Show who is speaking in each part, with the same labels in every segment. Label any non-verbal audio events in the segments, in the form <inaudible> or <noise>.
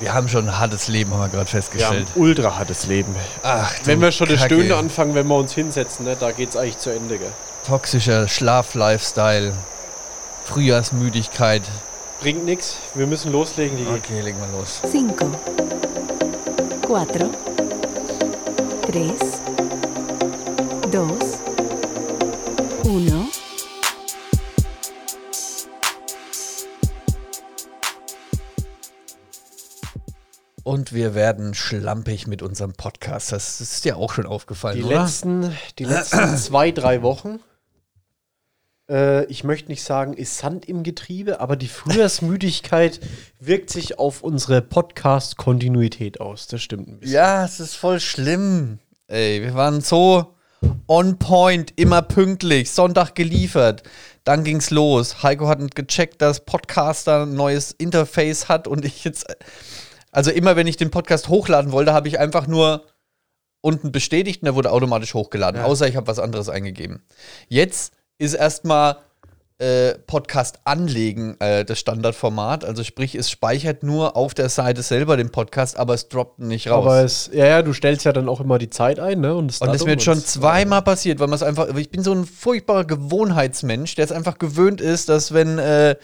Speaker 1: Wir haben schon ein hartes Leben, haben wir gerade
Speaker 2: Wir haben
Speaker 1: festgestellt.
Speaker 2: ultra hartes Leben.
Speaker 1: Ach, du
Speaker 2: Wenn wir schon das
Speaker 1: Kacke.
Speaker 2: Stöhnen anfangen, wenn wir uns hinsetzen, ne, da geht's eigentlich zu Ende. Gell?
Speaker 1: Toxischer Schlaflifestyle, Frühjahrsmüdigkeit.
Speaker 2: Bringt nichts. Wir müssen loslegen. Die
Speaker 1: Okay, legen wir los.
Speaker 3: 5, 4, 3, 2, 1.
Speaker 1: Und wir werden schlampig mit unserem Podcast. Das ist dir auch schon aufgefallen,
Speaker 2: Die
Speaker 1: oder?
Speaker 2: letzten,
Speaker 1: <clears throat>
Speaker 2: die letzten zwei, drei Wochen, äh, ich möchte nicht sagen, ist Sand im Getriebe, aber
Speaker 1: <laughs>
Speaker 2: die Frühjahrsmüdigkeit wirkt sich auf unsere Podcast-Kontinuität aus. Das stimmt ein bisschen.
Speaker 1: Ja, es ist voll schlimm. Ey, wir waren so on point, immer pünktlich, Sonntag geliefert. Dann ging's los. Heiko hat nicht gecheckt, dass Podcaster ein neues Interface hat und ich jetzt. Also immer wenn ich den Podcast hochladen wollte, habe ich einfach nur unten bestätigt und der wurde automatisch hochgeladen,
Speaker 2: Ja.
Speaker 1: außer ich habe was anderes eingegeben. Jetzt ist erstmal äh, Podcast anlegen, äh, das Standardformat. Also sprich, es speichert nur auf der Seite selber den Podcast, aber es droppt ihn nicht raus.
Speaker 2: Aber es, ja, ja, du stellst ja dann auch immer die Zeit ein, ne? Und das,
Speaker 1: und das ist
Speaker 2: Datum
Speaker 1: mir jetzt schon
Speaker 2: und- äh,
Speaker 1: zweimal passiert, weil man es einfach, ich bin so ein furchtbarer Gewohnheitsmensch, der es einfach gewöhnt ist, dass wenn, äh,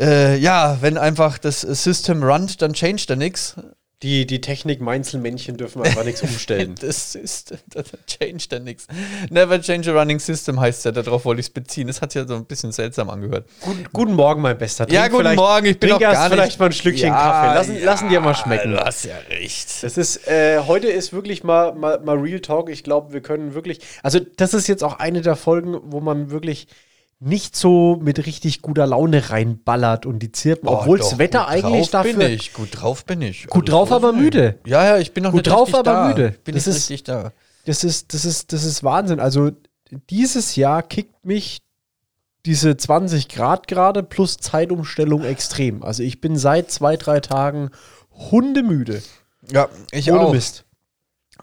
Speaker 1: äh, ja, wenn einfach das System runnt, dann change da nichts.
Speaker 2: Die, die Technik-Meinzelmännchen dürfen einfach nichts umstellen.
Speaker 1: <laughs> Das System, das change da nichts. Never change a running system heißt ja, darauf wollte ich es beziehen. Das hat ja so ein bisschen seltsam angehört.
Speaker 2: Guten, guten Morgen, mein Bester.
Speaker 1: Ja,
Speaker 2: Trink
Speaker 1: guten
Speaker 2: vielleicht-
Speaker 1: Morgen, ich bin
Speaker 2: trink
Speaker 1: noch
Speaker 2: erst
Speaker 1: gar nicht-
Speaker 2: vielleicht mal ein Schlückchen
Speaker 1: Ja,
Speaker 2: Kaffee. Lassen,
Speaker 1: ja,
Speaker 2: lassen dir mal schmecken.
Speaker 1: hast ja recht.
Speaker 2: Das ist, äh, heute ist wirklich mal, mal, mal Real Talk. Ich glaube, wir können wirklich, also das ist jetzt auch eine der Folgen, wo man wirklich nicht so mit richtig guter Laune reinballert und die Zirpen, obwohl das Wetter eigentlich
Speaker 1: drauf Bin
Speaker 2: dafür
Speaker 1: ich. Gut drauf bin ich.
Speaker 2: Gut
Speaker 1: Alles
Speaker 2: drauf,
Speaker 1: gut.
Speaker 2: aber müde.
Speaker 1: Ja, ja, ich bin noch
Speaker 2: Gut
Speaker 1: nicht
Speaker 2: drauf,
Speaker 1: richtig
Speaker 2: aber
Speaker 1: da.
Speaker 2: müde.
Speaker 1: Bin
Speaker 2: Das
Speaker 1: nicht
Speaker 2: ist-
Speaker 1: richtig da.
Speaker 2: Das ist, das ist, das ist Wahnsinn. Also dieses Jahr kickt mich diese 20 Grad gerade plus Zeitumstellung extrem. Also ich bin seit zwei, drei Tagen hundemüde.
Speaker 1: Ja, ich
Speaker 2: Ohne
Speaker 1: auch.
Speaker 2: Mist.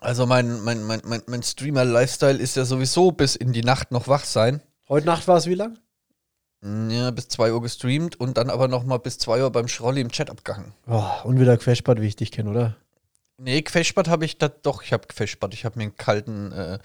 Speaker 1: Also mein, mein, mein, mein, mein Streamer-Lifestyle ist ja sowieso bis in die Nacht noch wach sein. Hm,
Speaker 2: Heute Nacht war es wie lang?
Speaker 1: Ja, bis 2 Uhr gestreamt und dann aber nochmal bis 2 Uhr beim Schrolli im Chat abgehangen.
Speaker 2: Oh, und wieder Quashbad, wie ich dich kenne, oder?
Speaker 1: Nee, Queshbad habe ich da doch, ich habe Queshbad, ich habe mir einen kalten äh,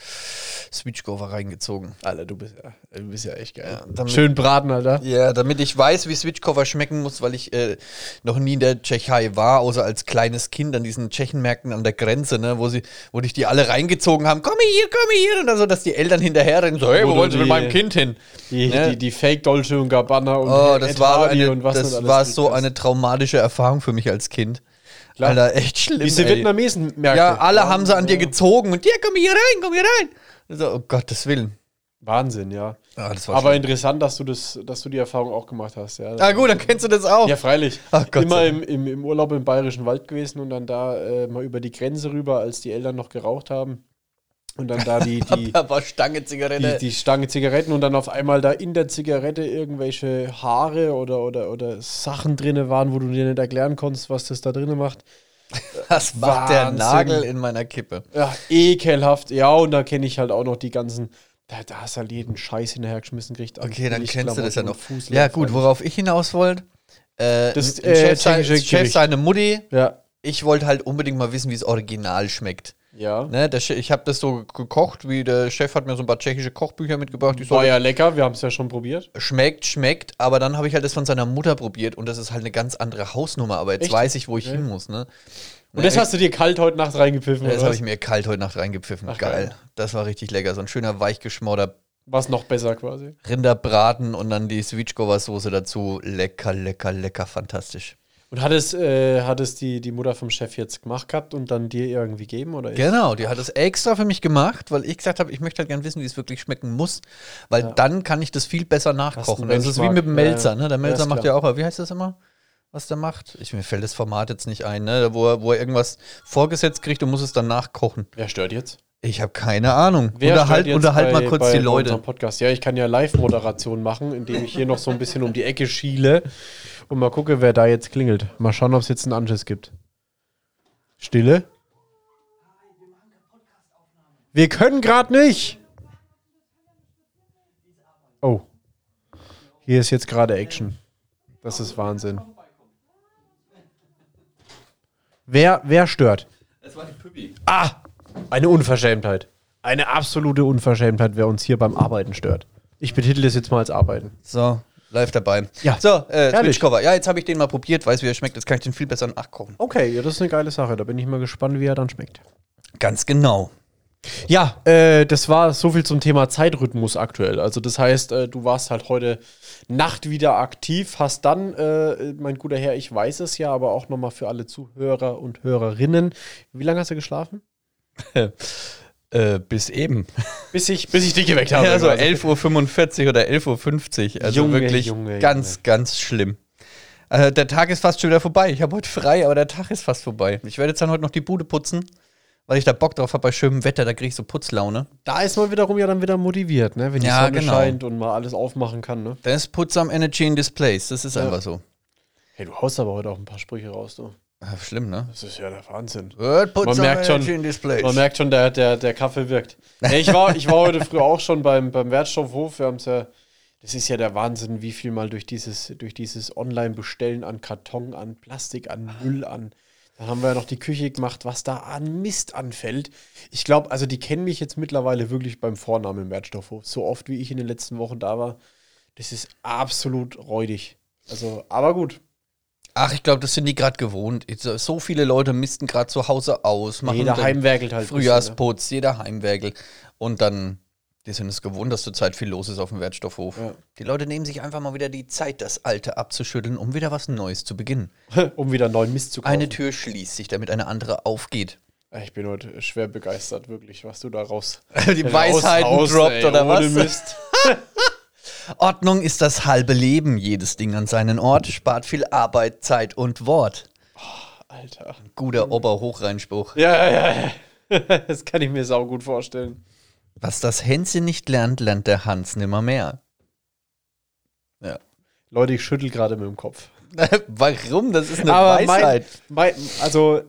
Speaker 1: Switchcover reingezogen.
Speaker 2: Alter, du bist ja, du bist ja echt geil.
Speaker 1: damit-
Speaker 2: Schön braten, Alter.
Speaker 1: Ja, damit ich weiß, wie Switchcover schmecken muss, weil ich äh, noch nie in der Tschechei war, außer als kleines Kind an diesen Tschechenmärkten an der Grenze, ne, wo sie, wo dich die alle reingezogen haben, komm hier, komm hier, und dann so, dass die Eltern hinterher rennen, so, hey,
Speaker 2: Wo
Speaker 1: wo
Speaker 2: du
Speaker 1: wollen sie mit
Speaker 2: die-
Speaker 1: meinem Kind
Speaker 2: <laughs>
Speaker 1: hin?
Speaker 2: Die,
Speaker 1: Ne?
Speaker 2: die, die Fake Dolce und Gabbana und
Speaker 1: Oh, das war,
Speaker 2: Etwadi
Speaker 1: eine,
Speaker 2: und was nicht
Speaker 1: das
Speaker 2: alles
Speaker 1: war
Speaker 2: drin
Speaker 1: so
Speaker 2: ist.
Speaker 1: eine traumatische Erfahrung für mich als Kind.
Speaker 2: Klar.
Speaker 1: Alter, echt schlimm.
Speaker 2: Diese
Speaker 1: ey.
Speaker 2: Vietnamesen merken.
Speaker 1: Ja, alle haben sie an dir gezogen und ja, komm hier rein, komm hier rein. So, oh Gottes Willen.
Speaker 2: Wahnsinn, ja.
Speaker 1: Ah, das war
Speaker 2: Aber
Speaker 1: schlimm.
Speaker 2: interessant, dass du das, dass du die Erfahrung auch gemacht hast, ja.
Speaker 1: Ah, gut, dann kennst du das auch. <laughs>
Speaker 2: Ja, freilich.
Speaker 1: Ach, Ah, Gott
Speaker 2: Immer
Speaker 1: sei
Speaker 2: im, im, im Urlaub im Bayerischen Wald gewesen und dann da äh, mal über die Grenze rüber, als die Eltern noch geraucht haben. Und dann
Speaker 1: <laughs>
Speaker 2: da die, die,
Speaker 1: Aber Stange
Speaker 2: die,
Speaker 1: Zigarette.
Speaker 2: die Stange Zigaretten und dann auf einmal da in der Zigarette irgendwelche Haare oder, oder, oder Sachen drin waren, wo du dir nicht erklären konntest, was das da drin macht.
Speaker 1: das macht
Speaker 2: Wahnsinn.
Speaker 1: der Nagel in meiner Kippe.
Speaker 2: Ja, ekelhaft. Ja, und da kenne ich halt auch noch die ganzen. Da, da hast du halt jeden Scheiß hinterhergeschmissen kriegt.
Speaker 1: Okay, dann kennst du das ja noch.
Speaker 2: Fußlauf,
Speaker 1: Ja, gut, worauf ich hinaus wollte. Äh,
Speaker 2: Das,
Speaker 1: ein
Speaker 2: äh,
Speaker 1: Chef, sein,
Speaker 2: tschechische
Speaker 1: Chef
Speaker 2: Gericht.
Speaker 1: seine Mutti.
Speaker 2: Ja.
Speaker 1: Ich wollte halt unbedingt mal wissen, wie es original schmeckt.
Speaker 2: Ja.
Speaker 1: Ne, der Che- ich habe das so gekocht, wie der Chef hat mir so ein paar tschechische Kochbücher mitgebracht. Ich
Speaker 2: War
Speaker 1: soll,
Speaker 2: ja lecker, wir haben es ja schon probiert.
Speaker 1: schmeckt, schmeckt, aber dann habe ich halt das von seiner Mutter probiert und das ist halt eine ganz andere Hausnummer, aber jetzt
Speaker 2: Echt?
Speaker 1: weiß ich, wo ich
Speaker 2: Ja.
Speaker 1: hin muss. Ne?
Speaker 2: Und das hast du dir kalt heute Nacht reingepfiffen,
Speaker 1: das
Speaker 2: oder?
Speaker 1: habe
Speaker 2: was?
Speaker 1: ich mir kalt heute Nacht reingepfiffen.
Speaker 2: Ach,
Speaker 1: geil.
Speaker 2: geil.
Speaker 1: Das war richtig lecker. So ein schöner, weichgeschmorter
Speaker 2: War's noch besser quasi.
Speaker 1: Rinderbraten und dann die Switchkova-Soße dazu. Lecker, lecker, lecker, fantastisch.
Speaker 2: Und hat es, äh, hat es die, die Mutter vom Chef jetzt gemacht gehabt und dann dir irgendwie gegeben? Oder
Speaker 1: Genau, die hat das extra für mich gemacht, weil ich gesagt habe, ich möchte halt gern wissen, wie es wirklich schmecken muss, weil
Speaker 2: Ja.
Speaker 1: dann kann ich das viel besser
Speaker 2: Hast einen
Speaker 1: nachkochen. Das ist wie
Speaker 2: Benchmark,
Speaker 1: mit dem
Speaker 2: ja, ja.
Speaker 1: Melzer, ne? Der
Speaker 2: Ja,
Speaker 1: Melzer
Speaker 2: ist
Speaker 1: macht ja
Speaker 2: klar.
Speaker 1: auch, wie heißt das immer? Was der macht? Ich, mir fällt das Format jetzt nicht ein, ne? Wo er, wo er irgendwas vorgesetzt kriegt und muss es dann nachkochen.
Speaker 2: Wer stört jetzt?
Speaker 1: Ich habe keine Ahnung.
Speaker 2: Wer
Speaker 1: unterhalt
Speaker 2: stört jetzt
Speaker 1: unterhalt
Speaker 2: bei-
Speaker 1: mal kurz
Speaker 2: bei
Speaker 1: die
Speaker 2: unserem
Speaker 1: Leute.
Speaker 2: Podcast? Ja, ich kann ja Live-Moderation machen, indem ich hier noch so ein bisschen um die Ecke schiele und mal gucke, wer da jetzt klingelt. Mal schauen, ob es jetzt einen Anschiss gibt. Stille? Wir können gerade nicht! Oh. Hier ist jetzt gerade Action. Das ist Wahnsinn. Wer, wer stört?
Speaker 1: Es war die Püppi.
Speaker 2: Ah! Eine Unverschämtheit. Eine absolute Unverschämtheit, wer uns hier beim Arbeiten stört. Ich betitel das jetzt mal als Arbeiten.
Speaker 1: So, live dabei.
Speaker 2: Ja.
Speaker 1: So, äh,
Speaker 2: Herrlich.
Speaker 1: Switchcover. Ja, jetzt habe ich den mal probiert, weiß wie er schmeckt. Jetzt kann ich den viel besser nachkochen.
Speaker 2: Okay, ja, das ist eine geile Sache. Da bin ich mal gespannt, wie er dann schmeckt.
Speaker 1: Ganz genau.
Speaker 2: <laughs> Ja, äh, das war so viel zum Thema Zeitrhythmus aktuell. Also das heißt, äh, du warst halt heute Nacht wieder aktiv, hast dann, äh, mein guter Herr, ich weiß es ja, aber auch nochmal für alle Zuhörer und Hörerinnen. Wie lange hast du geschlafen?
Speaker 1: Äh, bis eben.
Speaker 2: Bis ich, bis ich dich <laughs> geweckt habe.
Speaker 1: Ja, so
Speaker 2: quasi.
Speaker 1: 11.45 Uhr oder 11.50 Uhr. Also
Speaker 2: also Junge,
Speaker 1: wirklich
Speaker 2: Junge,
Speaker 1: ganz,
Speaker 2: Junge.
Speaker 1: ganz schlimm. Äh, der Tag ist fast schon wieder vorbei. Ich habe heute frei, aber der Tag ist fast vorbei. Ich werde jetzt dann heute noch die Bude putzen, weil ich da Bock drauf habe bei schönem Wetter. Da kriege ich so Putzlaune.
Speaker 2: Da ist man wiederum ja dann wieder motiviert, ne? wenn die
Speaker 1: Ja,
Speaker 2: Sonne
Speaker 1: genau.
Speaker 2: scheint und mal alles aufmachen kann. Ne?
Speaker 1: Dann ist Putz am Energy in Displays. Das ist einfach so.
Speaker 2: Hey, du haust aber heute auch ein paar Sprüche raus, du.
Speaker 1: Ah, Schlimm, ne?
Speaker 2: Das ist ja der Wahnsinn.
Speaker 1: Word, Putz
Speaker 2: Man
Speaker 1: am
Speaker 2: merkt schon,
Speaker 1: Energy in Displays.
Speaker 2: man merkt schon, der, der, der Kaffee wirkt. Nee, ich, war, ich war heute früh auch schon beim, beim Wertstoffhof. Wir haben's ja, das ist ja der Wahnsinn, wie viel mal durch dieses, durch dieses Online-Bestellen an Karton, an Plastik, an Müll, an. Dann haben wir ja noch die Küche gemacht, was da an Mist anfällt. Ich glaube, also die kennen mich jetzt mittlerweile wirklich beim Vornamen im Wertstoffhof. So oft wie ich in den letzten Wochen da war. Das ist absolut räudig. Also, aber gut.
Speaker 1: Ach, ich glaube, das sind die gerade gewohnt. Jetzt, äh, So viele Leute misten gerade zu Hause aus, machen
Speaker 2: Jeder
Speaker 1: dann
Speaker 2: heimwerkelt halt. ein bisschen, ne?
Speaker 1: Frühjahrsputz, jeder Heimwerkel. Und dann, die sind es gewohnt, dass zurzeit viel los ist auf dem Wertstoffhof.
Speaker 2: Ja.
Speaker 1: Die Leute nehmen sich einfach mal wieder die Zeit, das Alte abzuschütteln, um wieder was Neues zu beginnen.
Speaker 2: <laughs> um wieder neuen Mist zu kaufen.
Speaker 1: Eine Tür schließt sich, damit eine andere aufgeht. <laughs>
Speaker 2: Ich bin heute schwer begeistert, wirklich, was du da raus.
Speaker 1: Die
Speaker 2: <laughs> raus-
Speaker 1: Weisheiten
Speaker 2: raus-
Speaker 1: droppt,
Speaker 2: ey,
Speaker 1: oder was?
Speaker 2: ohne Mist.
Speaker 1: Ordnung ist das halbe Leben. Jedes Ding an seinen Ort spart viel Arbeit, Zeit und Wort.
Speaker 2: <laughs> Alter.
Speaker 1: Guter
Speaker 2: Mhm.
Speaker 1: Oberhochreinspruch.
Speaker 2: Ja, ja, ja. <laughs> Das kann ich mir saugut vorstellen.
Speaker 1: Was das Hänschen nicht lernt, lernt der Hans nimmer mehr. Ja.
Speaker 2: Leute, ich schüttel gerade mit dem Kopf.
Speaker 1: <laughs> Warum? Das ist eine
Speaker 2: mein,
Speaker 1: Weisheit.
Speaker 2: mein, also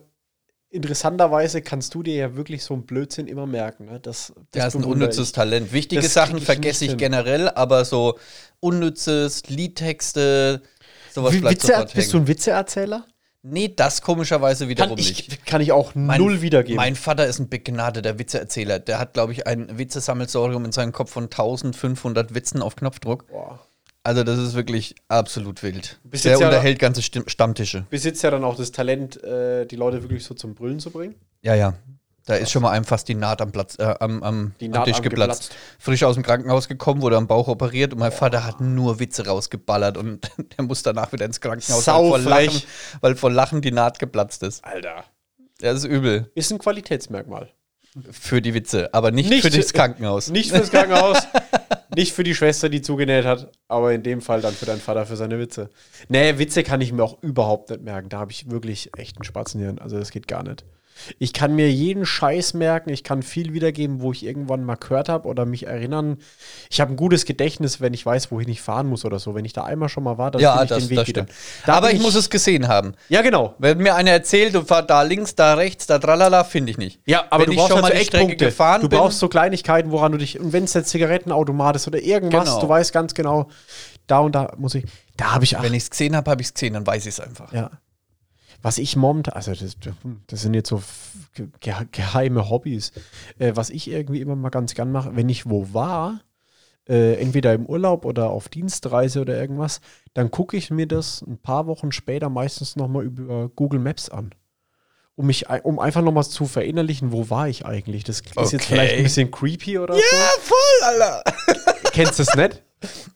Speaker 2: interessanterweise kannst du dir ja wirklich so einen Blödsinn immer merken. Ne? Das,
Speaker 1: Ja, ist ein
Speaker 2: bewundere
Speaker 1: unnützes
Speaker 2: ich.
Speaker 1: Talent. Wichtige
Speaker 2: Das krieg
Speaker 1: Sachen
Speaker 2: ich
Speaker 1: vergesse
Speaker 2: nicht
Speaker 1: ich
Speaker 2: hin.
Speaker 1: generell, aber so unnützes, Liedtexte, sowas
Speaker 2: Wie-
Speaker 1: bleibt
Speaker 2: Witze,
Speaker 1: sofort
Speaker 2: bist du
Speaker 1: hängen.
Speaker 2: ein Witzeerzähler?
Speaker 1: Nee, das komischerweise wiederum
Speaker 2: Kann ich,
Speaker 1: nicht.
Speaker 2: kann ich auch
Speaker 1: Mein-
Speaker 2: null wiedergeben.
Speaker 1: Mein Vater ist ein begnadeter Witzeerzähler. Der hat, glaube ich, ein Witzesammelsorium in seinem Kopf von 1500 Witzen auf Knopfdruck.
Speaker 2: Boah.
Speaker 1: Also das ist wirklich absolut wild.
Speaker 2: Bist
Speaker 1: der
Speaker 2: jetzt ja-
Speaker 1: unterhält ganze Stimm Stammtische.
Speaker 2: Besitzt ja dann auch das Talent, äh, die Leute wirklich so zum Brüllen zu bringen.
Speaker 1: Ja, ja. Da ist schon mal einem fast die Naht am Platz, äh, am, am,
Speaker 2: Die
Speaker 1: am
Speaker 2: Naht
Speaker 1: Tisch
Speaker 2: am
Speaker 1: geplatzt.
Speaker 2: geplatzt.
Speaker 1: Frisch aus dem Krankenhaus gekommen, wurde am Bauch operiert und mein Vater hat nur Witze rausgeballert und <laughs> der muss danach wieder ins Krankenhaus, weil vor,
Speaker 2: Saufrech.
Speaker 1: Lachen, weil vor Lachen die Naht geplatzt ist.
Speaker 2: Alter.
Speaker 1: Das ist übel
Speaker 2: Ist ein Qualitätsmerkmal.
Speaker 1: für die Witze, aber nicht,
Speaker 2: Nicht-
Speaker 1: für das Krankenhaus.
Speaker 2: Nicht
Speaker 1: <laughs>
Speaker 2: fürs Krankenhaus, nicht für die Schwester, die zugenäht hat, aber in dem Fall dann für deinen Vater für seine Witze. Nee, Witze kann ich mir auch überhaupt nicht merken. Da habe ich wirklich echt einen Spatzenhirn. Also das geht gar nicht. Ich kann mir jeden Scheiß merken. Ich kann viel wiedergeben, wo ich irgendwann mal gehört habe oder mich erinnern. Ich habe ein gutes Gedächtnis, wenn ich weiß, wohin ich fahren muss oder so. Wenn ich da einmal schon mal war, dann
Speaker 1: ja,
Speaker 2: finde ich
Speaker 1: das,
Speaker 2: den Weg
Speaker 1: das
Speaker 2: wieder.
Speaker 1: stimmt.
Speaker 2: Da
Speaker 1: aber
Speaker 2: bin
Speaker 1: ich muss es gesehen haben.
Speaker 2: Ja, genau.
Speaker 1: Wenn mir einer erzählt, du fahr da links, da rechts, da tralala, finde ich nicht.
Speaker 2: Ja, aber
Speaker 1: Wenn
Speaker 2: du
Speaker 1: ich
Speaker 2: brauchst
Speaker 1: schon
Speaker 2: halt
Speaker 1: mal
Speaker 2: so
Speaker 1: die Strecke
Speaker 2: Eckpunkte.
Speaker 1: gefahren
Speaker 2: du
Speaker 1: bin-
Speaker 2: brauchst so Kleinigkeiten, woran du dich, und wenn es der Zigarettenautomat ist oder irgendwas,
Speaker 1: Genau.
Speaker 2: du weißt ganz genau, da und da muss ich, da habe ich, ach,
Speaker 1: Wenn ich es gesehen habe, habe ich es gesehen, dann weiß ich es einfach.
Speaker 2: ja. Was ich momentan, also das, das sind jetzt so f- ge geheime Hobbys, äh, was ich irgendwie immer mal ganz gern mache, wenn ich wo war, äh, entweder im Urlaub oder auf Dienstreise oder irgendwas, dann gucke ich mir das ein paar Wochen später meistens nochmal über Google Maps an. Um, mich, ei- um einfach nochmal zu verinnerlichen, wo war ich eigentlich? Das ist jetzt
Speaker 1: Okay.
Speaker 2: vielleicht ein bisschen creepy oder so.
Speaker 1: voll, Alter.
Speaker 2: Kennst du
Speaker 1: <laughs>
Speaker 2: es nicht?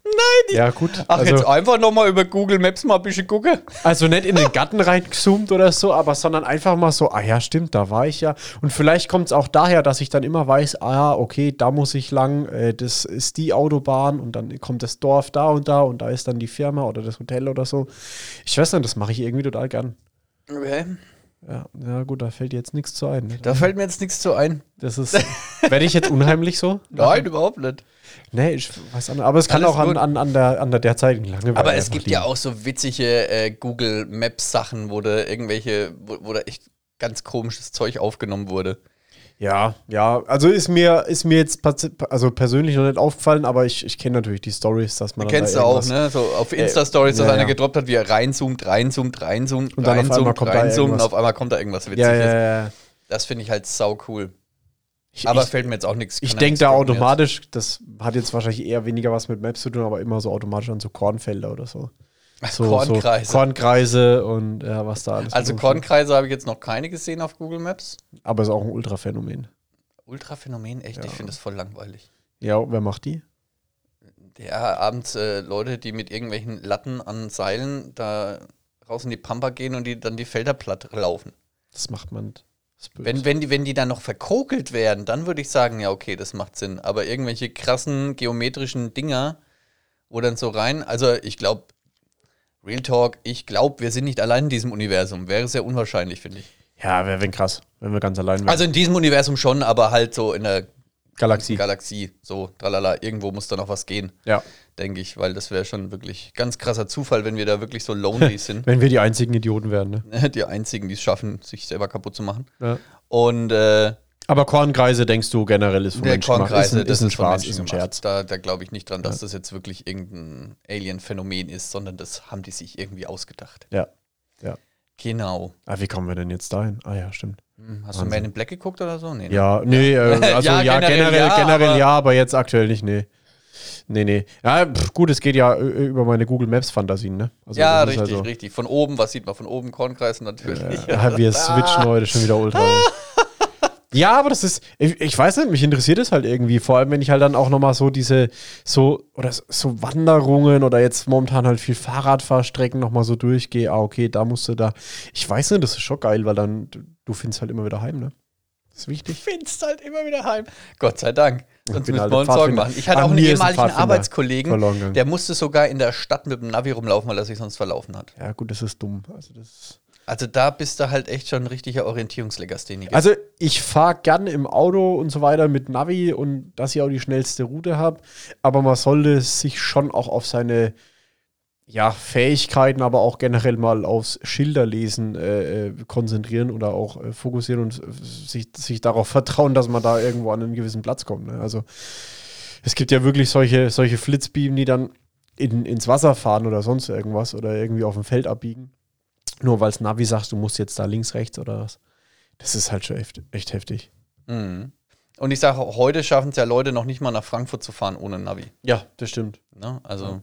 Speaker 2: Nein. Ja, gut.
Speaker 1: Ach,
Speaker 2: also,
Speaker 1: jetzt einfach nochmal über Google Maps mal ein bisschen gucken.
Speaker 2: also nicht in den Garten reingezoomt oder so, aber sondern einfach mal so, ah ja, stimmt, da war ich ja. Und vielleicht kommt es auch daher, dass ich dann immer weiß, ah ja, okay, da muss ich lang, äh, das ist die Autobahn und dann kommt das Dorf da und da und da ist dann die Firma oder das Hotel oder so. Ich weiß nicht, das mache ich irgendwie total gern.
Speaker 1: Okay.
Speaker 2: Ja, ja gut, da fällt jetzt nichts zu ein. ne?
Speaker 1: Da fällt mir jetzt nichts zu ein.
Speaker 2: Das ist, werde ich jetzt unheimlich so?
Speaker 1: Nein, überhaupt nicht.
Speaker 2: Nee, ich weiß nicht. Aber es kann
Speaker 1: Alles
Speaker 2: auch an,
Speaker 1: gut.
Speaker 2: an, an, der, an der derzeitigen Langeweile.
Speaker 1: Aber es
Speaker 2: einfach
Speaker 1: gibt
Speaker 2: liegen.
Speaker 1: ja auch so witzige äh, Google Maps Sachen, wo da irgendwelche, wo, wo da echt ganz komisches Zeug aufgenommen wurde.
Speaker 2: Ja, ja. Also ist mir, ist mir jetzt paz- also persönlich noch nicht aufgefallen, aber ich, ich kenne natürlich die Stories, dass man. dann
Speaker 1: Kennst du
Speaker 2: da
Speaker 1: auch,
Speaker 2: irgendwas- Äh,
Speaker 1: ne? So auf Insta-Stories, dass
Speaker 2: ja,
Speaker 1: einer
Speaker 2: ja.
Speaker 1: gedroppt hat, wie er reinzoomt, reinzoomt, reinzoomt,
Speaker 2: Und dann auf einmal kommt da
Speaker 1: reinzoomt und
Speaker 2: irgendwas.
Speaker 1: auf einmal kommt da irgendwas Witziges.
Speaker 2: Ja, ja, ja, ja.
Speaker 1: Das finde ich halt sau cool.
Speaker 2: Ich,
Speaker 1: Aber
Speaker 2: ich,
Speaker 1: fällt mir jetzt auch nichts.
Speaker 2: ich
Speaker 1: kann
Speaker 2: denke
Speaker 1: ja
Speaker 2: da
Speaker 1: nichts kommen
Speaker 2: automatisch, das hat jetzt wahrscheinlich eher weniger was mit Maps zu tun, aber immer so automatisch an so Kornfelder
Speaker 1: <laughs>
Speaker 2: oder so. so
Speaker 1: Kornkreise.
Speaker 2: So Kornkreise und ja, was da alles.
Speaker 1: jetzt. Also
Speaker 2: mit
Speaker 1: Kornkreise habe ich jetzt noch keine gesehen auf Google Maps.
Speaker 2: rumfliegt. Aber ist auch ein Ultraphänomen.
Speaker 1: Ultraphänomen, echt, ich finde das voll langweilig.
Speaker 2: Ja, wer macht die?
Speaker 1: Ja, abends äh, Leute, die mit irgendwelchen Latten an Seilen da raus in die Pampa gehen und die dann die Felder platt laufen.
Speaker 2: Das macht man. Das ist böse.
Speaker 1: Wenn, wenn, die, wenn die dann noch verkokelt werden, dann würde ich sagen, ja, okay, das macht Sinn. Aber irgendwelche krassen geometrischen Dinger, wo dann so rein, also ich glaube, Real Talk, ich glaube, wir sind nicht allein in diesem Universum. Wäre sehr unwahrscheinlich, finde ich.
Speaker 2: ja, wäre wär krass, wenn wir ganz allein wären.
Speaker 1: Also in diesem Universum schon, aber halt so in der
Speaker 2: Galaxie.
Speaker 1: Galaxie, so tralala, irgendwo muss da noch was gehen,
Speaker 2: ja.
Speaker 1: denke ich, weil das wäre schon wirklich ganz krasser Zufall, wenn wir da wirklich so
Speaker 2: <laughs>
Speaker 1: lonely sind.
Speaker 2: Wenn wir die einzigen Idioten wären, ne?
Speaker 1: Die einzigen, die es schaffen, sich selber kaputt zu machen.
Speaker 2: Ja.
Speaker 1: Und äh,
Speaker 2: Aber Kornkreise denkst du generell ist von
Speaker 1: der
Speaker 2: Menschen gemacht. Ist
Speaker 1: Kornkreise,
Speaker 2: ein, ist ein
Speaker 1: von
Speaker 2: Spaß,
Speaker 1: Menschen
Speaker 2: ist ein
Speaker 1: gemacht.
Speaker 2: Scherz.
Speaker 1: Da, da glaube ich nicht dran, dass das jetzt wirklich irgendein Alien-Phänomen ist, sondern das haben die sich irgendwie ausgedacht.
Speaker 2: Ja. ja.
Speaker 1: Genau.
Speaker 2: Ah, wie kommen wir denn jetzt dahin? Ah ja, stimmt.
Speaker 1: Hm, Hast
Speaker 2: Wahnsinn.
Speaker 1: du Man in Black geguckt oder so? Nee. ne?
Speaker 2: Ja, nee, äh, also <laughs> ja, generell, generell, ja, aber, jetzt aktuell nicht, nee. Nee, nee. Ja, pff, gut, es geht ja äh, über meine Google Maps Fantasien, ne? Also,
Speaker 1: Ja,
Speaker 2: das ist
Speaker 1: richtig,
Speaker 2: halt so.
Speaker 1: richtig. Von oben, was sieht man von oben? Kornkreisen natürlich.
Speaker 2: <laughs> Ja, Halt, wir switchen heute schon wieder ultra. ey. <laughs> Ja, aber das ist, ich, ich weiß nicht, mich interessiert es halt irgendwie. Vor allem, wenn ich halt dann auch nochmal so diese, so, oder so Wanderungen oder jetzt momentan halt viel Fahrradfahrstrecken nochmal so durchgehe. Ah, okay, da musst du da. Ich weiß nicht, das ist schon geil, weil dann, du- du findest halt immer wieder heim, ne? Das ist wichtig.
Speaker 1: Ich find's halt immer wieder heim. Gott sei Dank. Sonst
Speaker 2: bin
Speaker 1: müssen
Speaker 2: halt
Speaker 1: wir
Speaker 2: ein
Speaker 1: uns Sorgen
Speaker 2: Pfadfinder.
Speaker 1: machen. Ich hatte
Speaker 2: An
Speaker 1: auch einen
Speaker 2: mir ist ein
Speaker 1: ehemaligen
Speaker 2: Pfadfinder verloren
Speaker 1: Arbeitskollegen,
Speaker 2: gegangen.
Speaker 1: der musste sogar in der Stadt mit dem Navi rumlaufen, weil er sich sonst verlaufen hat.
Speaker 2: Ja, gut, das ist dumm. Also, das ist.
Speaker 1: Also da bist du halt echt schon ein richtiger Orientierungslegastheniker.
Speaker 2: Also ich fahre gern im Auto und so weiter mit Navi und dass ich auch die schnellste Route habe, aber man sollte sich schon auch auf seine ja, Fähigkeiten, aber auch generell mal aufs Schilderlesen äh, äh, konzentrieren oder auch äh, fokussieren und äh, sich, sich darauf vertrauen, dass man da irgendwo an einen gewissen Platz kommt. Ne? Also es gibt ja wirklich solche, solche Flitzbieben, die dann in, ins Wasser fahren oder sonst irgendwas oder irgendwie auf dem Feld abbiegen. Nur weil es Navi sagt, du musst jetzt da links, rechts oder was. Das ist halt schon echt, echt heftig.
Speaker 1: Mhm. Und ich sage, heute schaffen es ja Leute noch nicht mal nach Frankfurt zu fahren ohne Navi.
Speaker 2: Ja, das stimmt.
Speaker 1: Ne? Also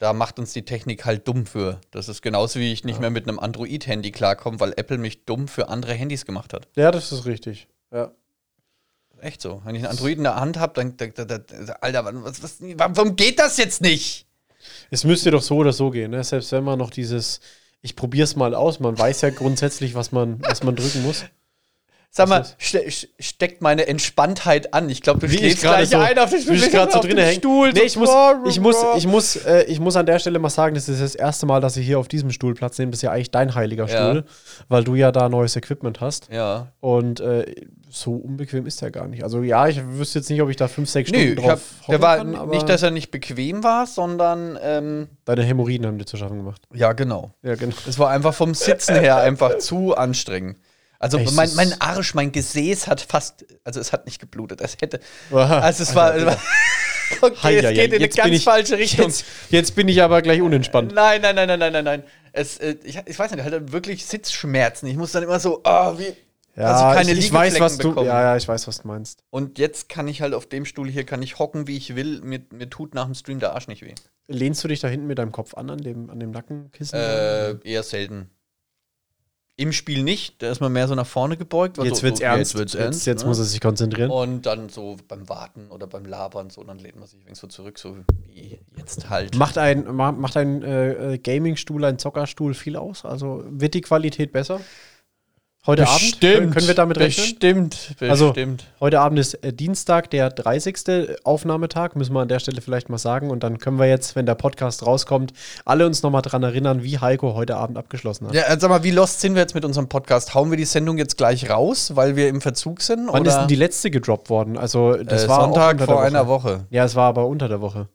Speaker 1: da macht uns die Technik halt dumm für. Das ist genauso wie ich nicht mehr mit einem Android-Handy klarkomme, weil Apple mich dumm für andere Handys gemacht hat.
Speaker 2: Ja, das ist richtig. Ja.
Speaker 1: Echt so. Wenn ich einen Android in der Hand habe, dann, dann, dann, dann Alter, wann- was, was, warum geht das jetzt nicht?
Speaker 2: Es müsste doch so oder so gehen, ne? Selbst wenn man noch dieses, ich probier's mal aus, man weiß ja grundsätzlich, was man, was man drücken muss.
Speaker 1: Sag mal,
Speaker 2: Was ist?
Speaker 1: ste sch- steckt meine Entspanntheit an. Ich glaube, du schläfst
Speaker 2: gerade
Speaker 1: gleich ein auf den
Speaker 2: wie ich gerade so
Speaker 1: auf den
Speaker 2: drin hänge.
Speaker 1: Stuhl.
Speaker 2: Nee, ich muss,
Speaker 1: So-
Speaker 2: ich muss, ich muss, äh, ich muss an der Stelle mal sagen, das ist das erste Mal, dass ich hier auf diesem Stuhl Platz nehme. Das ist ja eigentlich dein heiliger
Speaker 1: Ja.
Speaker 2: Stuhl, weil du ja da neues Equipment hast.
Speaker 1: Ja.
Speaker 2: Und äh, so unbequem ist der gar nicht. Also ja, ich wüsste jetzt nicht, ob ich da fünf, sechs
Speaker 1: Nö,
Speaker 2: Stunden
Speaker 1: ich hab,
Speaker 2: drauf
Speaker 1: der
Speaker 2: hocken
Speaker 1: war
Speaker 2: kann, aber
Speaker 1: nicht, dass er nicht bequem war, sondern ähm,
Speaker 2: deine Hämorrhoiden haben dir zu schaffen gemacht.
Speaker 1: ja, genau.
Speaker 2: Ja, genau.
Speaker 1: Es war einfach vom Sitzen her einfach zu anstrengend. Also
Speaker 2: Ey, es
Speaker 1: mein,
Speaker 2: ist-
Speaker 1: mein Arsch, mein Gesäß hat fast, also es hat nicht geblutet. Es hätte,
Speaker 2: Aha.
Speaker 1: also es war, <laughs> okay, <laughs> es
Speaker 2: Heieiei,
Speaker 1: geht in eine
Speaker 2: jetzt bin
Speaker 1: ganz
Speaker 2: ich-
Speaker 1: falsche Richtung. Äh,
Speaker 2: Jetzt, jetzt bin ich aber gleich unentspannt.
Speaker 1: Nein, nein, nein, nein, nein, nein, nein. Es, äh, ich, ich weiß nicht, halt dann wirklich Sitzschmerzen. Ich muss dann immer so, ah, wie, also keine
Speaker 2: ich, ich weiß,
Speaker 1: Liegeflecken
Speaker 2: was du.
Speaker 1: bekommen.
Speaker 2: Ja, ja, ich weiß, was du meinst.
Speaker 1: Und jetzt kann ich halt auf dem Stuhl hier, kann ich hocken, wie ich will. Mir, mir tut nach dem Stream der Arsch nicht weh.
Speaker 2: Lehnst du dich da hinten mit deinem Kopf an, an dem, an dem Nackenkissen?
Speaker 1: Äh, eher selten. Im Spiel nicht, da ist man mehr so nach vorne gebeugt. weil
Speaker 2: jetzt
Speaker 1: so,
Speaker 2: wird's
Speaker 1: so,
Speaker 2: ernst.
Speaker 1: also, Jetzt wird's
Speaker 2: jetzt,
Speaker 1: ernst.
Speaker 2: jetzt
Speaker 1: ne?
Speaker 2: muss er sich konzentrieren.
Speaker 1: Und dann so beim Warten oder beim Labern, so, dann lädt man sich wenigstens so zurück, so wie jetzt halt.
Speaker 2: Macht ein, ma- macht ein äh, äh, Gaming-Stuhl, ein Zockerstuhl viel aus? Also wird die Qualität besser? Heute Abend? Können- Können wir damit rechnen?
Speaker 1: Bestimmt, bestimmt.
Speaker 2: Also-
Speaker 1: bestimmt.
Speaker 2: Heute Abend ist äh, Dienstag, der 30. Aufnahmetag, müssen wir an der Stelle vielleicht mal sagen. Und dann können wir jetzt, wenn der Podcast rauskommt, alle uns nochmal dran erinnern, wie Heiko heute Abend abgeschlossen hat.
Speaker 1: Ja, also sag mal, wie lost sind wir jetzt mit unserem Podcast? Hauen wir die Sendung jetzt gleich raus, weil wir im Verzug sind?
Speaker 2: Wann
Speaker 1: oder?
Speaker 2: ist denn die letzte gedroppt worden? Also, das
Speaker 1: äh,
Speaker 2: war auch
Speaker 1: Sonntag
Speaker 2: unter
Speaker 1: vor
Speaker 2: der
Speaker 1: einer Woche.
Speaker 2: Ja, es war aber unter der Woche.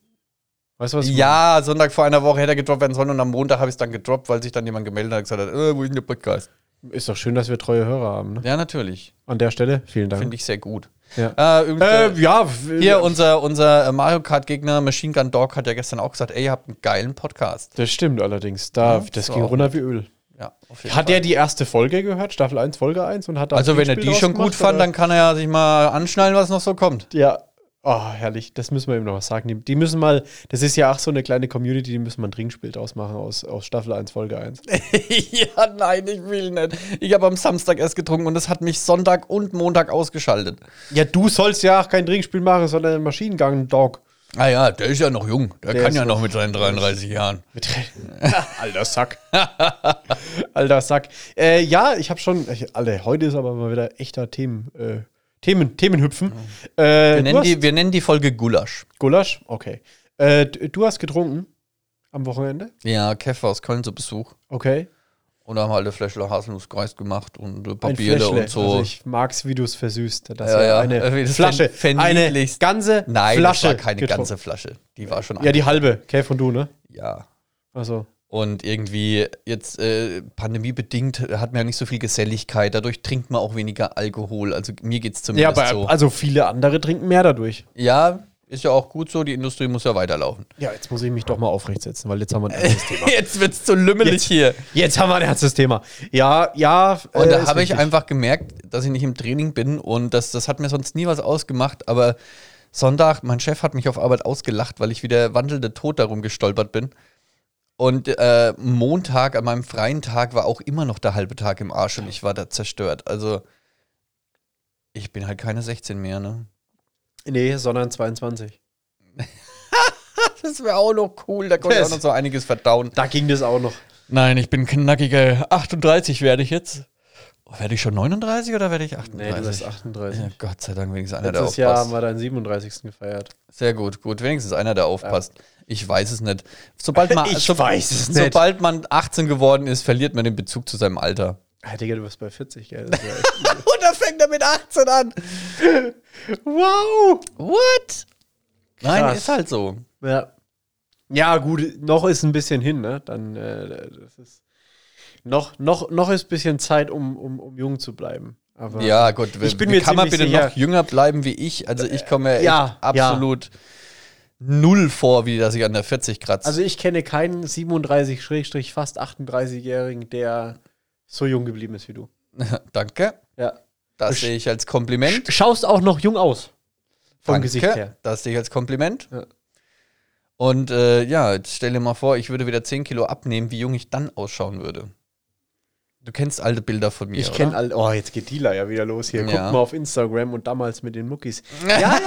Speaker 2: Weißt du was? ich meine?
Speaker 1: Ja, Sonntag vor einer Woche hätte er gedroppt werden sollen und am Montag habe ich es dann gedroppt, weil sich dann jemand gemeldet hat und gesagt hat, äh, wo ist denn der Podcast?
Speaker 2: Ist doch schön, dass wir treue Hörer haben. Ne?
Speaker 1: Ja, natürlich.
Speaker 2: An der Stelle, vielen Dank.
Speaker 1: Finde ich sehr gut.
Speaker 2: Ja.
Speaker 1: Äh, übrigens, äh,
Speaker 2: Äh, ja,
Speaker 1: hier, unser, unser äh, Mario Kart-Gegner Machine Gun Dog hat ja gestern auch gesagt, ey, ihr habt einen geilen Podcast.
Speaker 2: das stimmt allerdings. Da,
Speaker 1: Ja,
Speaker 2: das
Speaker 1: so
Speaker 2: ging
Speaker 1: auch
Speaker 2: runter wie Öl.
Speaker 1: Ja, auf jeden
Speaker 2: Hat
Speaker 1: Fall.
Speaker 2: er die erste Folge gehört, Staffel 1, Folge 1? Und hat da ein
Speaker 1: also wenn er die
Speaker 2: Spiel
Speaker 1: schon
Speaker 2: draus
Speaker 1: gut
Speaker 2: gemacht,
Speaker 1: fand,
Speaker 2: oder?
Speaker 1: dann kann er ja sich mal anschnallen, was noch so kommt.
Speaker 2: Ja. Oh, herrlich. Das müssen wir ihm noch was sagen. Die, die müssen mal, das ist ja auch so eine kleine Community, die müssen mal ein Trinkspiel draus machen aus, aus Staffel 1,
Speaker 1: <laughs>
Speaker 2: Folge 1.
Speaker 1: ja, nein, ich will nicht. Ich habe am Samstag erst getrunken und das hat mich Sonntag und Montag ausgeschaltet.
Speaker 2: Ja, du sollst ja auch kein Trinkspiel machen, sondern
Speaker 1: <laughs>
Speaker 2: einen Maschinengang-Dog.
Speaker 1: Ah ja, der ist ja noch jung. Der,
Speaker 2: Der
Speaker 1: kann
Speaker 2: ist
Speaker 1: ja noch mit seinen 33 Jahren.
Speaker 2: Mit- Alter Sack. Alter Sack. Äh, ja, ich habe schon. Ich, Alter, heute ist aber mal wieder echter Themen. Äh, Themen, Themenhüpfen. Äh,
Speaker 1: Wir
Speaker 2: du
Speaker 1: nennen,
Speaker 2: hast-
Speaker 1: die, wir nennen die Folge Gulasch.
Speaker 2: Gulasch? Okay. Äh, d- du hast getrunken am Wochenende?
Speaker 1: Ja, Kev war aus Köln zu Besuch.
Speaker 2: Okay.
Speaker 1: Und haben halt eine Fläschle Haselnussgeist gemacht und äh,
Speaker 2: Ein
Speaker 1: Papiere
Speaker 2: Fläschle.
Speaker 1: und so.
Speaker 2: Also ich mag's, wie du es versüßt. Das
Speaker 1: Ja,
Speaker 2: ja,
Speaker 1: ja. <laughs>
Speaker 2: eine
Speaker 1: Irgendwie das
Speaker 2: Flasche.
Speaker 1: ver-
Speaker 2: Eine
Speaker 1: verniedlichst.
Speaker 2: ganze
Speaker 1: Nein,
Speaker 2: Flasche.
Speaker 1: das war keine
Speaker 2: getrunken.
Speaker 1: ganze Flasche. Die war schon
Speaker 2: Ja, die halbe. Kev und du, ne?
Speaker 1: ja.
Speaker 2: Also.
Speaker 1: Und irgendwie jetzt äh, pandemiebedingt hat man ja nicht so viel Geselligkeit. Dadurch trinkt man auch weniger Alkohol. Also mir geht's
Speaker 2: Ja,
Speaker 1: zumindest
Speaker 2: aber
Speaker 1: so.
Speaker 2: also viele andere trinken mehr dadurch.
Speaker 1: Ja, ist ja auch gut so. Die Industrie muss ja weiterlaufen.
Speaker 2: Ja, jetzt muss ich mich doch mal aufrecht setzen, weil jetzt haben wir ein anderes
Speaker 1: <laughs>
Speaker 2: Thema.
Speaker 1: Jetzt wird's zu lümmelig
Speaker 2: Jetzt-
Speaker 1: hier.
Speaker 2: Jetzt haben wir ein ernstes Thema. Ja, ja.
Speaker 1: Und
Speaker 2: äh,
Speaker 1: da
Speaker 2: ist
Speaker 1: habe ich
Speaker 2: richtig.
Speaker 1: einfach gemerkt, dass ich nicht im Training bin und das, das hat mir sonst nie was ausgemacht, aber Sonntag, mein Chef hat mich auf Arbeit ausgelacht, weil ich wie der wandelnde Tod darum gestolpert bin. Und äh, Montag, an meinem freien Tag, war auch immer noch der halbe Tag im Arsch und ich war da zerstört. Also, ich bin halt keine 16 mehr, ne?
Speaker 2: Nee, sondern 22.
Speaker 1: Das wäre auch noch cool, da konnte ich auch
Speaker 2: Das-
Speaker 1: noch so einiges verdauen.
Speaker 2: Da ging das auch noch.
Speaker 1: Nein, ich bin knackiger 38 werde ich jetzt. Oh, werde ich schon 39 oder werde ich 38?
Speaker 2: Nee, du bist
Speaker 1: Ja,
Speaker 2: 38.
Speaker 1: Gott sei Dank wenigstens einer, der
Speaker 2: Letztes Jahr haben
Speaker 1: aufpasst.
Speaker 2: wir deinen 37. gefeiert.
Speaker 1: Sehr gut, gut. Wenigstens einer, der aufpasst. Ich weiß es nicht. Sobald man,
Speaker 2: <laughs> Ich
Speaker 1: so,
Speaker 2: weiß es nicht.
Speaker 1: Sobald man 18 geworden ist, verliert man den Bezug zu seinem
Speaker 2: <laughs>
Speaker 1: Alter.
Speaker 2: Ah, Digga, du bist bei 40, gell? Das ist ja
Speaker 1: <laughs> Und da fängt er mit 18 an.
Speaker 2: echt- wow!
Speaker 1: What? Nein,
Speaker 2: Krass.
Speaker 1: ist halt so.
Speaker 2: Ja. ja, gut, noch ist ein bisschen hin, ne? Dann, äh, das ist. Noch, noch, noch ist ein bisschen Zeit, um, um, um jung zu bleiben. Aber
Speaker 1: Ja, gut.
Speaker 2: Ich bin
Speaker 1: wie
Speaker 2: mir
Speaker 1: kann man
Speaker 2: ziemlich
Speaker 1: bitte
Speaker 2: sicher-
Speaker 1: noch jünger bleiben wie ich? Also ich komme mir
Speaker 2: Ja,
Speaker 1: echt
Speaker 2: ja.
Speaker 1: absolut null vor, wie dass ich an der 40 kratze.
Speaker 2: Also ich kenne keinen 37 fast 38-Jährigen, der so jung geblieben ist wie du.
Speaker 1: <laughs> Danke.
Speaker 2: Ja.
Speaker 1: Das
Speaker 2: Sch-
Speaker 1: sehe ich als Kompliment.
Speaker 2: Schaust auch noch jung aus. Vom
Speaker 1: Danke,
Speaker 2: Gesicht her.
Speaker 1: Das sehe ich als Kompliment.
Speaker 2: Ja.
Speaker 1: Und äh, ja, jetzt stell dir mal vor, ich würde wieder 10 Kilo abnehmen, wie jung ich dann ausschauen würde. Du kennst alte Bilder von mir.
Speaker 2: Ich kenne
Speaker 1: oder?
Speaker 2: alle. Oh, jetzt geht Dila ja wieder los hier.
Speaker 1: Ja.
Speaker 2: Guck mal auf Instagram und damals mit den <laughs> Muckis. Ja, ja, ja.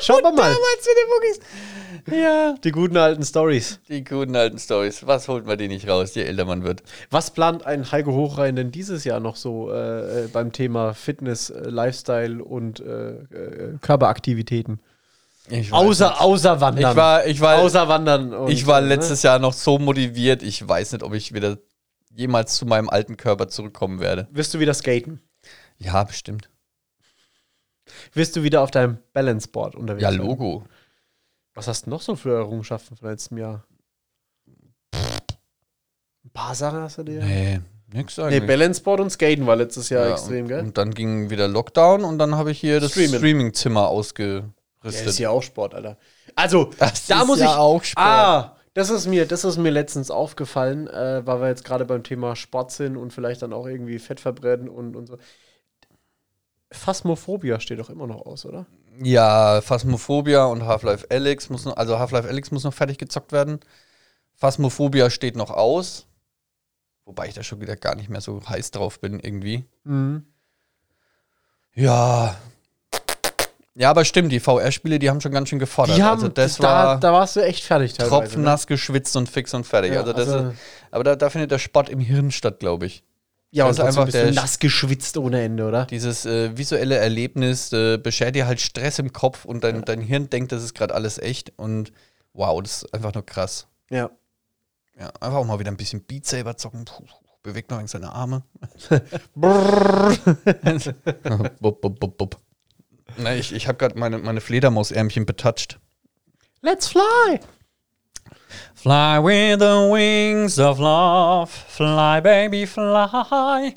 Speaker 2: Schauen wir mal.
Speaker 1: Damals mit den Muckis. Ja.
Speaker 2: Die guten alten Stories.
Speaker 1: Die guten alten Stories. Was holt man die nicht raus, je älter man wird?
Speaker 2: Was plant ein Heiko Hochrein denn dieses Jahr noch so äh, äh, beim Thema Fitness, äh, Lifestyle und äh, äh, Körperaktivitäten?
Speaker 1: Ich weiß
Speaker 2: Außer, außer
Speaker 1: nicht.
Speaker 2: Wandern.
Speaker 1: ich war, ich war,
Speaker 2: außer Wandern. und,
Speaker 1: ich war
Speaker 2: äh, ne?
Speaker 1: letztes Jahr noch so motiviert. Ich weiß nicht, ob ich wieder jemals zu meinem alten Körper zurückkommen werde.
Speaker 2: Wirst du wieder skaten?
Speaker 1: Ja, bestimmt.
Speaker 2: Wirst du wieder auf deinem Balanceboard unterwegs?
Speaker 1: Ja,
Speaker 2: sein?
Speaker 1: Logo.
Speaker 2: Was hast du noch so für Errungenschaften von letztem Jahr? Ein paar Sachen hast du dir?
Speaker 1: Nee, nix
Speaker 2: Nee,
Speaker 1: eigentlich.
Speaker 2: Balanceboard und Skaten war letztes Jahr
Speaker 1: Ja,
Speaker 2: extrem,
Speaker 1: und,
Speaker 2: gell?
Speaker 1: Und dann ging wieder Lockdown und dann habe ich hier das
Speaker 2: Streamen.
Speaker 1: Streaming-Zimmer
Speaker 2: Ja,
Speaker 1: ausgerüstet.
Speaker 2: ist ja auch Sport, Alter. Also,
Speaker 1: Das
Speaker 2: da
Speaker 1: ist
Speaker 2: muss
Speaker 1: ja
Speaker 2: ich
Speaker 1: auch Sport.
Speaker 2: Ah, das ist mir, das ist mir letztens aufgefallen, äh, weil wir jetzt gerade beim Thema Sport sind und vielleicht dann auch irgendwie Fett verbrennen und, und so. Phasmophobia steht doch immer noch aus, oder?
Speaker 1: ja, Phasmophobia und Half-Life Alyx muss noch, also Half-Life Alyx muss noch fertig gezockt werden. Phasmophobia steht noch aus. Wobei ich da schon wieder gar nicht mehr so heiß drauf bin, irgendwie.
Speaker 2: Mhm.
Speaker 1: Ja. Ja, aber stimmt, die VR-Spiele, die haben schon ganz schön
Speaker 2: Die
Speaker 1: gefordert.
Speaker 2: haben,
Speaker 1: also das
Speaker 2: da,
Speaker 1: war
Speaker 2: da warst du echt fertig teilweise. ne?
Speaker 1: tropfennass geschwitzt und fix und fertig.
Speaker 2: Ja,
Speaker 1: also das
Speaker 2: also-
Speaker 1: ist, aber da, da findet der Sport im Hirn statt, glaube ich.
Speaker 2: Ja, und
Speaker 1: Also
Speaker 2: einfach
Speaker 1: einfach
Speaker 2: bist du
Speaker 1: der-
Speaker 2: nass geschwitzt ohne Ende, oder?
Speaker 1: dieses äh, visuelle Erlebnis äh, beschert dir halt Stress im Kopf und dein, dein Hirn denkt, das ist gerade alles echt und wow, das ist einfach nur krass.
Speaker 2: Ja.
Speaker 1: Ja, einfach auch mal wieder ein bisschen Beat Saber zocken. Puh, bewegt noch seine Arme. <laughs> bup, bup, bup, bup. Na, ich ich habe gerade meine, meine Fledermausärmchen betatscht.
Speaker 2: Let's fly!
Speaker 1: Fly with the wings of love, fly baby fly.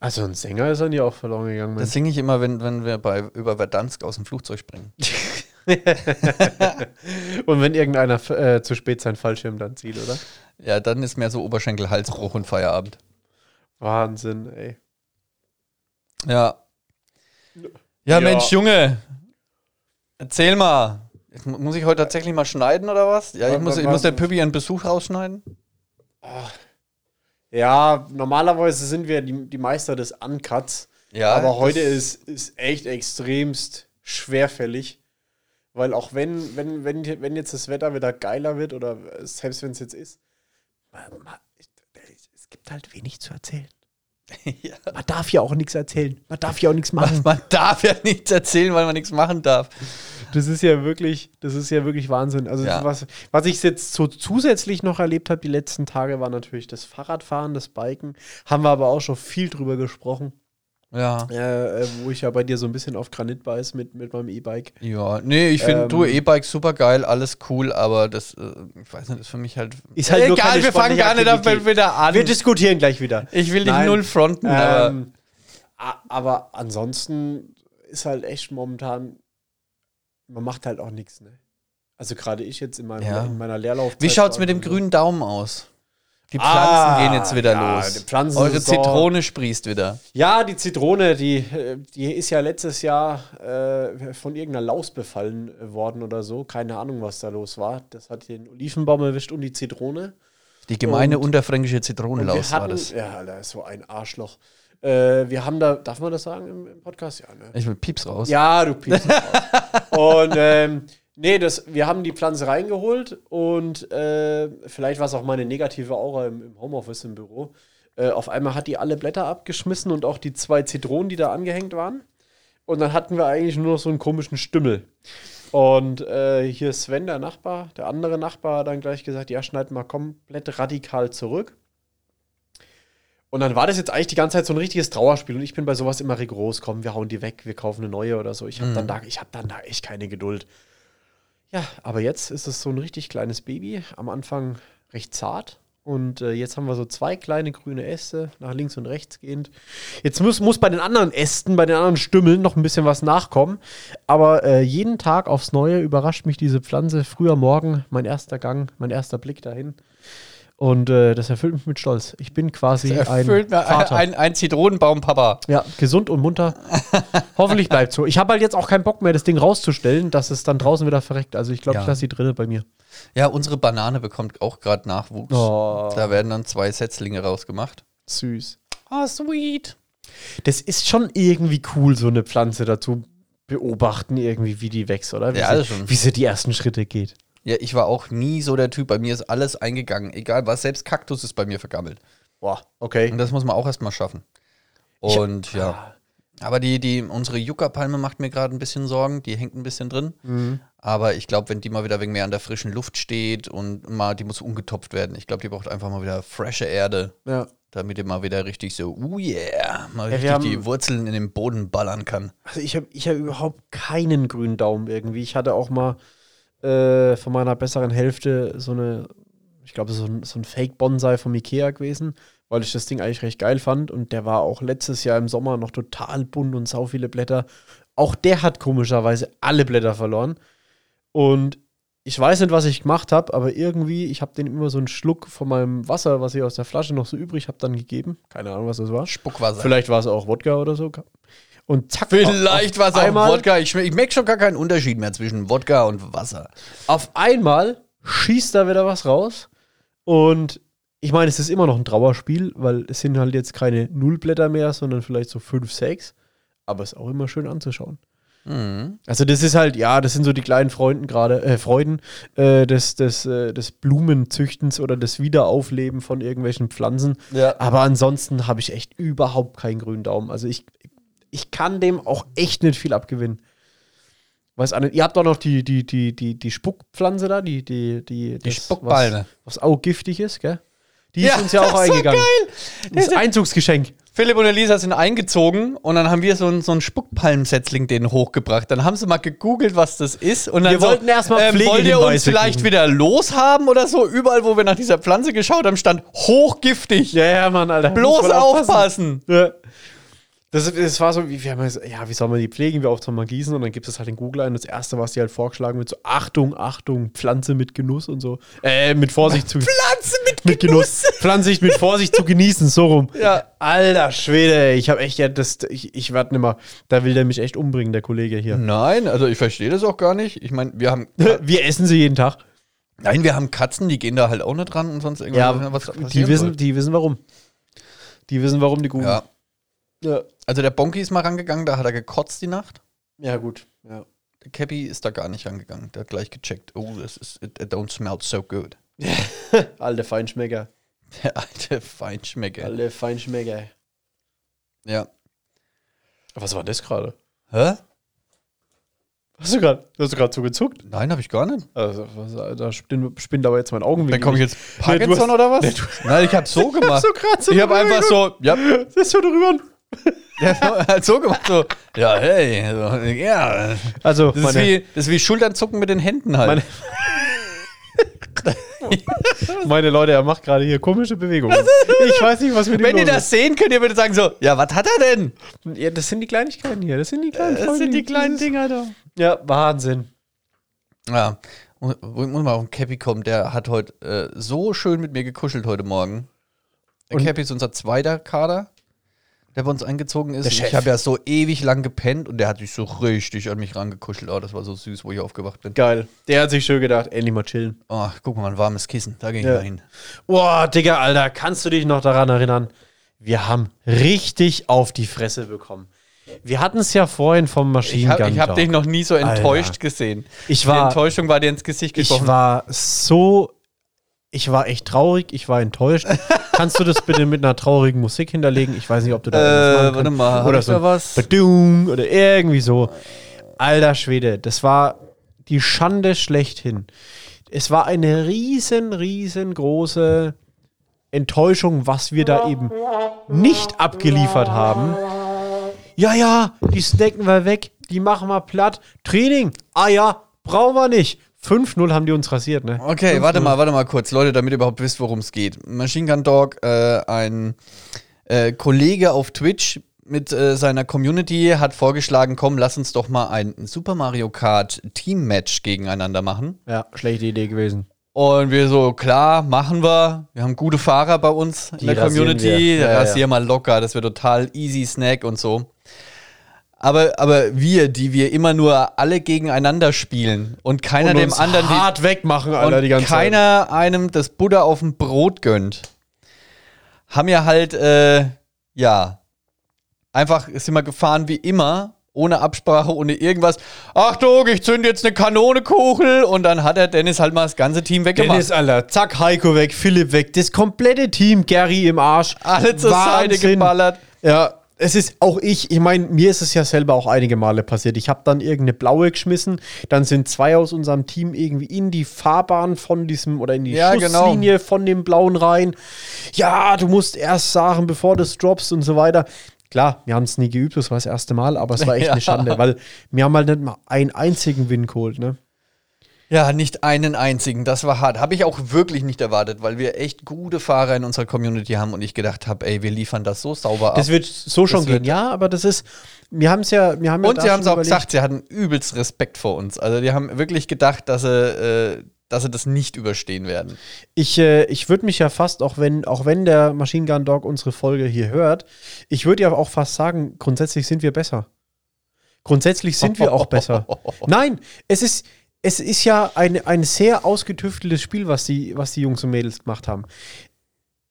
Speaker 2: Also ein Sänger ist dann ja auch verloren gegangen.
Speaker 1: Das
Speaker 2: Mensch.
Speaker 1: singe ich immer, wenn, wenn wir bei, über Verdansk aus dem Flugzeug <laughs> springen.
Speaker 2: Und wenn irgendeiner f- äh, zu spät seinen Fallschirm dann zieht, oder?
Speaker 1: Ja, dann ist mehr so Oberschenkel, Halsbruch und Feierabend.
Speaker 2: Wahnsinn, ey.
Speaker 1: Ja. Ja,
Speaker 2: Ja.
Speaker 1: Mensch, Junge. Erzähl mal. Jetzt mu- Muss ich heute tatsächlich mal schneiden oder was? Ja, ich
Speaker 2: Warte,
Speaker 1: muss, ich
Speaker 2: warte.
Speaker 1: muss der Püppi einen Besuch rausschneiden.
Speaker 2: Ja, normalerweise sind wir die, die Meister des Uncuts.
Speaker 1: Ja,
Speaker 2: aber heute <laughs>
Speaker 1: das-
Speaker 2: ist, ist echt extremst schwerfällig. Weil auch wenn, wenn, wenn, wenn jetzt das Wetter wieder geiler wird oder selbst wenn es jetzt ist, man- man- es gibt halt wenig zu erzählen.
Speaker 1: ja.
Speaker 2: Man darf <laughs> ja auch nichts erzählen. Man darf ja auch nichts machen.
Speaker 1: Man darf ja nichts erzählen, weil man nichts machen darf.
Speaker 2: <laughs> Das ist ja wirklich, das ist ja wirklich Wahnsinn. Also
Speaker 1: Ja.
Speaker 2: was, was ich jetzt so zusätzlich noch erlebt habe die letzten Tage, war natürlich das Fahrradfahren, das Biken. Haben wir aber auch schon viel drüber gesprochen,
Speaker 1: Ja.
Speaker 2: äh, äh, wo ich ja bei dir so ein bisschen auf Granit beiß mit, mit meinem E-Bike.
Speaker 1: Ja, nee, ich finde
Speaker 2: Ähm,
Speaker 1: du E-Bike super geil, alles cool, aber das, äh, ich weiß nicht, ist für mich halt.
Speaker 2: Ist halt nur
Speaker 1: egal,
Speaker 2: keine
Speaker 1: wir fangen
Speaker 2: sportliche
Speaker 1: gar nicht damit
Speaker 2: Aktivität.
Speaker 1: wieder an.
Speaker 2: Wir diskutieren gleich wieder.
Speaker 1: ich will dich
Speaker 2: Nein.
Speaker 1: null fronten, aber
Speaker 2: Ähm, a- aber ansonsten ist halt echt momentan, man macht halt auch nichts, ne? Also gerade ich jetzt in, meinem,
Speaker 1: Ja.
Speaker 2: in meiner Leerlaufzeit.
Speaker 1: wie schaut's
Speaker 2: war
Speaker 1: mit dem
Speaker 2: immer so-
Speaker 1: grünen Daumen aus? Die Pflanzen
Speaker 2: Ah,
Speaker 1: gehen jetzt wieder
Speaker 2: ja,
Speaker 1: los.
Speaker 2: die Pflanzen
Speaker 1: Eure
Speaker 2: sind so-
Speaker 1: Zitrone sprießt wieder.
Speaker 2: Ja, die Zitrone, die, äh, die ist ja letztes Jahr äh, von irgendeiner Laus befallen worden oder so. Keine Ahnung, was da los war. Das hat den Olivenbaum erwischt und die Zitrone.
Speaker 1: Die gemeine
Speaker 2: Und-
Speaker 1: unterfränkische
Speaker 2: Und
Speaker 1: Zitronenlaus war das.
Speaker 2: Ja, Alter, ist so ein Arschloch. Äh, wir haben da, darf man das sagen im, im Podcast? Ja, ne?
Speaker 1: Ich will Pieps raus.
Speaker 2: Ja, du Pieps. und ähm, nee, das, wir haben die Pflanze reingeholt und äh, vielleicht war es auch meine negative Aura im, im Homeoffice im Büro. Äh, auf einmal hat die alle Blätter abgeschmissen und auch die zwei Zitronen, die da angehängt waren. Und dann hatten wir eigentlich nur noch so einen komischen Stümmel. Und äh, hier Sven, der Nachbar, der andere Nachbar, hat dann gleich gesagt, ja, schneid mal komplett radikal zurück. Und dann war das jetzt eigentlich die ganze Zeit so ein richtiges Trauerspiel. Und ich bin bei sowas immer rigoros. Komm, wir hauen die weg, wir kaufen eine neue oder so. Ich habe dann, da, ich hab dann da echt keine Geduld. Ja, aber jetzt ist es so ein richtig kleines Baby. Am Anfang recht zart. Und äh, jetzt haben wir so zwei kleine grüne Äste, nach links und rechts gehend. Jetzt muss, muss bei den anderen Ästen, bei den anderen Stümmeln noch ein bisschen was nachkommen. Aber äh, jeden Tag aufs Neue überrascht mich diese Pflanze. Früher Morgen, mein erster Gang, mein erster Blick dahin. Und äh, das erfüllt mich mit Stolz. Ich bin quasi
Speaker 1: Erfüllt
Speaker 2: ein
Speaker 1: mir
Speaker 2: Vater.
Speaker 1: ein, ein Zitronenbaum, Papa.
Speaker 2: Ja, gesund und munter. Hoffentlich bleibt so. Ich habe halt jetzt auch keinen Bock mehr, das Ding rauszustellen, dass es dann draußen wieder verreckt. Also ich glaube,
Speaker 1: Ja.
Speaker 2: ich lasse die drinnen bei mir.
Speaker 1: Ja, unsere Banane bekommt auch gerade Nachwuchs.
Speaker 2: Oh.
Speaker 1: Da werden dann zwei Setzlinge rausgemacht.
Speaker 2: Süß.
Speaker 1: Oh, sweet.
Speaker 2: Das ist schon irgendwie cool, so eine Pflanze dazu beobachten, irgendwie, wie die wächst, oder? Wie,
Speaker 1: Ja,
Speaker 2: sie,
Speaker 1: das schon.
Speaker 2: wie sie die ersten Schritte geht.
Speaker 1: Ja, ich war auch nie so der Typ. Bei mir ist alles eingegangen. Egal was, selbst Kaktus ist bei mir vergammelt.
Speaker 2: Boah, okay.
Speaker 1: Und das muss man auch erstmal schaffen. Und
Speaker 2: Ah.
Speaker 1: ja. Aber die, die, unsere Yucca-Palme macht mir gerade ein bisschen Sorgen. Die hängt ein bisschen drin.
Speaker 2: Mhm.
Speaker 1: Aber ich glaube, wenn die mal wieder wegen mehr an der frischen Luft steht und mal, die muss umgetopft werden. Ich glaube, die braucht einfach mal wieder frische Erde,
Speaker 2: Ja.
Speaker 1: damit die mal wieder richtig so, oh yeah, mal
Speaker 2: Ja, wir
Speaker 1: richtig
Speaker 2: haben-
Speaker 1: die Wurzeln in den Boden ballern kann.
Speaker 2: Also ich habe ich hab überhaupt keinen grünen Daumen irgendwie. Ich hatte auch mal äh, von meiner besseren Hälfte so eine, ich glaube, so ein, so ein Fake-Bonsai vom Ikea gewesen, weil ich das Ding eigentlich recht geil fand. Und der war auch letztes Jahr im Sommer noch total bunt und sau viele Blätter. Auch der hat komischerweise alle Blätter verloren. Und ich weiß nicht, was ich gemacht habe, aber irgendwie, ich habe den immer so einen Schluck von meinem Wasser, was ich aus der Flasche noch so übrig habe, dann gegeben. Keine Ahnung, was das war.
Speaker 1: Spuckwasser.
Speaker 2: Vielleicht war es auch Wodka oder so. Und zack,
Speaker 1: Vielleicht
Speaker 2: auf
Speaker 1: war es auch
Speaker 2: einmal,
Speaker 1: Wodka. Ich, schme- ich merke schon gar keinen Unterschied mehr zwischen Wodka und Wasser.
Speaker 2: Auf einmal schießt da wieder was raus. Und ich meine, es ist immer noch ein Trauerspiel, weil es sind halt jetzt keine Nullblätter mehr, sondern vielleicht so fünf, sechs. Aber es ist auch immer schön anzuschauen.
Speaker 1: Mhm.
Speaker 2: Also das ist halt, ja, das sind so die kleinen Freunden gerade, äh, Freuden äh, des, des, äh, des Blumenzüchtens oder des Wiederaufleben von irgendwelchen Pflanzen.
Speaker 1: Ja.
Speaker 2: Aber ansonsten habe ich echt überhaupt keinen grünen Daumen. Also ich, ich kann dem auch echt nicht viel abgewinnen. Weiß auch nicht, ihr habt auch noch die, die, die, die, die Spuckpflanze da, die, die, die, das,
Speaker 1: Spuckballen.
Speaker 2: Was, was auch giftig ist, gell? Die
Speaker 1: Ja,
Speaker 2: ist uns ja auch
Speaker 1: das war
Speaker 2: eingegangen.
Speaker 1: geil.
Speaker 2: Das Einzugsgeschenk.
Speaker 1: Philipp und Elisa sind eingezogen und dann haben wir so einen so einen Spuckpalmsetzling denen hochgebracht. Dann haben sie mal gegoogelt, was das ist. Und dann
Speaker 2: Wir
Speaker 1: so, ähm,
Speaker 2: wollten erst mal
Speaker 1: wollt ihr uns
Speaker 2: Pflegehinweise
Speaker 1: vielleicht
Speaker 2: kriegen."
Speaker 1: wieder loshaben oder so? Überall, wo wir nach dieser Pflanze geschaut haben, stand hochgiftig.
Speaker 2: Ja, ja, Mann, Alter. Muss
Speaker 1: Bloß
Speaker 2: man
Speaker 1: aufpassen.
Speaker 2: Ja. Das, ist- das war so, wie, wir haben gesagt, ja, wie soll man die pflegen? Wie oft soll man gießen? Und dann gibt es halt in Google ein. Das erste, was die halt vorgeschlagen wird, so Achtung, Achtung, Pflanze mit Genuss und so. Äh, mit Vorsicht zu.
Speaker 1: Pflanze mit,
Speaker 2: mit Genuss. <laughs> Pflanzlich mit Vorsicht zu genießen, so rum.
Speaker 1: Ja.
Speaker 2: Alter Schwede, ey, ich habe echt, ja, das, ich, ich warte nimmer. Da will der mich echt umbringen, der Kollege hier.
Speaker 1: Nein, also ich verstehe das auch gar nicht. Ich meine, wir
Speaker 2: <laughs>
Speaker 1: haben.
Speaker 2: Wir essen sie jeden Tag.
Speaker 1: Nein, wir haben Katzen, die gehen da halt auch nicht dran und sonst irgendwas. was
Speaker 2: die
Speaker 1: passieren
Speaker 2: wissen,
Speaker 1: soll.
Speaker 2: die wissen warum. Die wissen, warum die Google.
Speaker 1: Ja.
Speaker 2: ja.
Speaker 1: Also der Bonki ist mal rangegangen, da hat er gekotzt die Nacht.
Speaker 2: Ja, gut. Ja.
Speaker 1: Der Cappy ist da gar nicht rangegangen. Der hat gleich gecheckt. Oh, das ist. It, it don't smell so good.
Speaker 2: Alte Feinschmecker.
Speaker 1: <laughs> Der alte Feinschmecker.
Speaker 2: Alte Feinschmecker.
Speaker 1: Ja.
Speaker 2: Was war das gerade?
Speaker 1: Hä?
Speaker 2: Hast du gerade hast du gerade so gezuckt?
Speaker 1: Nein, habe ich gar nicht.
Speaker 2: Also, was, da spinnt, spinnt aber jetzt mein Augenblick.
Speaker 1: Dann komme ich jetzt
Speaker 2: Nee, du hast-
Speaker 1: Parkinson oder was?
Speaker 2: Nee, du-
Speaker 1: Nein, ich habe so
Speaker 2: <laughs> Ich hab
Speaker 1: gemacht.
Speaker 2: so grad so
Speaker 1: Ich habe einfach so, ja, <laughs>
Speaker 2: <laughs> Das ist schon rüber.
Speaker 1: ja, so- so gemacht, so, ja, hey, so, ja.
Speaker 2: Also,
Speaker 1: Das ist, wie, das ist wie Schulternzucken mit den Händen halt.
Speaker 2: Meine- meine Leute, er macht gerade hier komische Bewegungen. <laughs> Ich weiß nicht, was mit
Speaker 1: Wenn
Speaker 2: ihm
Speaker 1: ihr
Speaker 2: los
Speaker 1: das sehen könnt, ihr würdet sagen so, ja, was hat er denn?
Speaker 2: ist. Ja, das sind die Kleinigkeiten hier. Das sind die kleinen
Speaker 1: Das sind die kleinen
Speaker 2: Dinge.
Speaker 1: Dinger da.
Speaker 2: Ja, Wahnsinn.
Speaker 1: Ja. Und wo- muss mal auf den Cappy kommen, der hat heute äh, so schön mit mir gekuschelt heute Morgen. Der
Speaker 2: Und-
Speaker 1: Cappy ist unser zweiter Kader, der bei uns eingezogen ist.
Speaker 2: Der
Speaker 1: Und
Speaker 2: Chef.
Speaker 1: ich habe ja so ewig lang gepennt und der hat sich so richtig an mich rangekuschelt. Oh, das war so süß, wo ich aufgewacht bin.
Speaker 2: Geil. Der hat sich schön gedacht, endlich mal chillen.
Speaker 1: Oh, guck mal, ein warmes Kissen, da gehe ich
Speaker 2: Ja.
Speaker 1: mal hin.
Speaker 2: Boah, Digga, Alter, kannst du dich noch daran erinnern? Wir haben richtig auf die Fresse bekommen. Wir hatten es ja vorhin vom
Speaker 1: Ich habe
Speaker 2: Maschinengang.
Speaker 1: hab dich noch nie so enttäuscht gesehen.
Speaker 2: Ich
Speaker 1: Die
Speaker 2: war,
Speaker 1: Enttäuschung war dir ins Gesicht
Speaker 2: ich
Speaker 1: gesprochen.
Speaker 2: war so, ich war echt traurig, ich
Speaker 1: <laughs>
Speaker 2: war enttäuscht. Kannst du das bitte mit einer traurigen Musik hinterlegen? Ich weiß nicht, ob du da
Speaker 1: Äh,
Speaker 2: irgendwas machen
Speaker 1: warte
Speaker 2: kannst.
Speaker 1: mal, hab
Speaker 2: oder
Speaker 1: ich
Speaker 2: so
Speaker 1: da
Speaker 2: ein
Speaker 1: was?
Speaker 2: Badum oder irgendwie so. Alter Schwede, das war die Schande schlechthin. Es war eine riesen, riesengroße Enttäuschung, was wir da eben nicht abgeliefert haben. Ja, ja, die snacken wir weg, die machen wir platt. Training, ah ja, brauchen wir nicht. 5-0 haben die uns rasiert, ne?
Speaker 1: Okay, warte mal, warte mal kurz, Leute, damit ihr überhaupt wisst, worum es geht. Machine Gun Dog, äh, ein äh, Kollege auf Twitch mit äh, seiner Community hat vorgeschlagen, komm, lass uns doch mal ein Super Mario Kart Team Match gegeneinander machen.
Speaker 2: Ja, schlechte Idee gewesen.
Speaker 1: Und wir so, klar, machen wir. Wir haben gute Fahrer bei uns in
Speaker 2: Die
Speaker 1: der
Speaker 2: rasieren
Speaker 1: Community.
Speaker 2: wir. Ja, ja.
Speaker 1: Rasier mal locker, das wird total easy Snack und so. Aber, aber wir, die wir immer nur alle gegeneinander spielen und keiner
Speaker 2: Und
Speaker 1: dem
Speaker 2: uns
Speaker 1: anderen die
Speaker 2: hart wegmachen, Alter,
Speaker 1: und
Speaker 2: die ganze Zeit.
Speaker 1: keiner einem das Buddha auf dem Brot gönnt, haben ja halt, äh, ja, einfach sind wir gefahren wie immer, ohne Absprache, ohne irgendwas. Achtung, ich zünd jetzt eine Kanonekuchel und dann hat der Dennis halt mal das ganze Team weggemacht.
Speaker 2: Dennis, Alter, zack, Heiko weg, Philipp weg, das komplette Team, Gary im Arsch.
Speaker 1: alle zur Seite
Speaker 2: Wahnsinn.
Speaker 1: geballert.
Speaker 2: Ja, es ist auch ich, ich meine, mir ist es ja selber auch einige Male passiert. Ich habe dann irgendeine blaue geschmissen, dann sind zwei aus unserem Team irgendwie in die Fahrbahn von diesem oder in die
Speaker 1: Ja, genau.
Speaker 2: Schusslinie von dem blauen rein. Ja, du musst erst sagen, bevor du es droppst und so weiter. Klar, wir haben es nie geübt, das war das erste Mal, aber es war
Speaker 1: <laughs>
Speaker 2: echt
Speaker 1: Ja.
Speaker 2: eine Schande, weil wir haben halt nicht mal einen einzigen Win geholt, ne?
Speaker 1: Ja, nicht einen einzigen. Das war hart. Habe ich auch wirklich nicht erwartet, weil wir echt gute Fahrer in unserer Community haben und ich gedacht habe, ey, wir liefern das so sauber ab.
Speaker 2: Das wird so schon
Speaker 1: wird-
Speaker 2: gehen, ja, aber das ist, wir haben es ja, wir haben ja
Speaker 1: Und
Speaker 2: da
Speaker 1: sie haben es
Speaker 2: schon
Speaker 1: auch
Speaker 2: überlegt.
Speaker 1: gesagt, sie hatten übelst Respekt vor uns. Also die haben wirklich gedacht, dass sie, äh, dass sie das nicht überstehen werden.
Speaker 2: Ich, äh, ich würde mich ja fast, auch wenn, auch wenn der Machine Gun Dog unsere Folge hier hört, ich würde ja auch fast sagen, grundsätzlich sind wir besser. Grundsätzlich sind wir auch besser. Nein, es ist, es ist ja ein, ein sehr ausgetüfteltes Spiel, was die, was die Jungs und Mädels gemacht haben.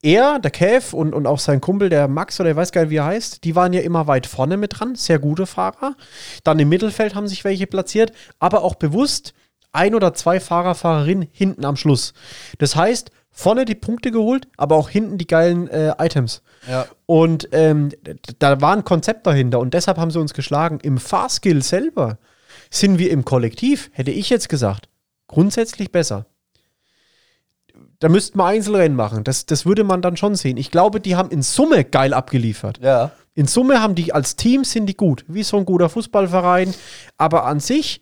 Speaker 2: Er, der Kev und, und auch sein Kumpel, der Max oder ich weiß gar nicht, wie er heißt, die waren ja immer weit vorne mit dran, sehr gute Fahrer. Dann im Mittelfeld haben sich welche platziert, aber auch bewusst ein oder zwei Fahrer, Fahrerinnen hinten am Schluss. Das heißt, vorne die Punkte geholt, aber auch hinten die geilen äh, Items.
Speaker 1: Ja.
Speaker 2: Und ähm, d- da war ein Konzept dahinter und deshalb haben sie uns geschlagen. Im Fahrskill selber sind wir im Kollektiv, hätte ich jetzt gesagt, grundsätzlich besser. Da müssten wir Einzelrennen machen. Das, das würde man dann schon sehen. Ich glaube, die haben in Summe geil abgeliefert.
Speaker 1: Ja.
Speaker 2: In Summe haben die als Team sind die gut, wie so ein guter Fußballverein. Aber an sich,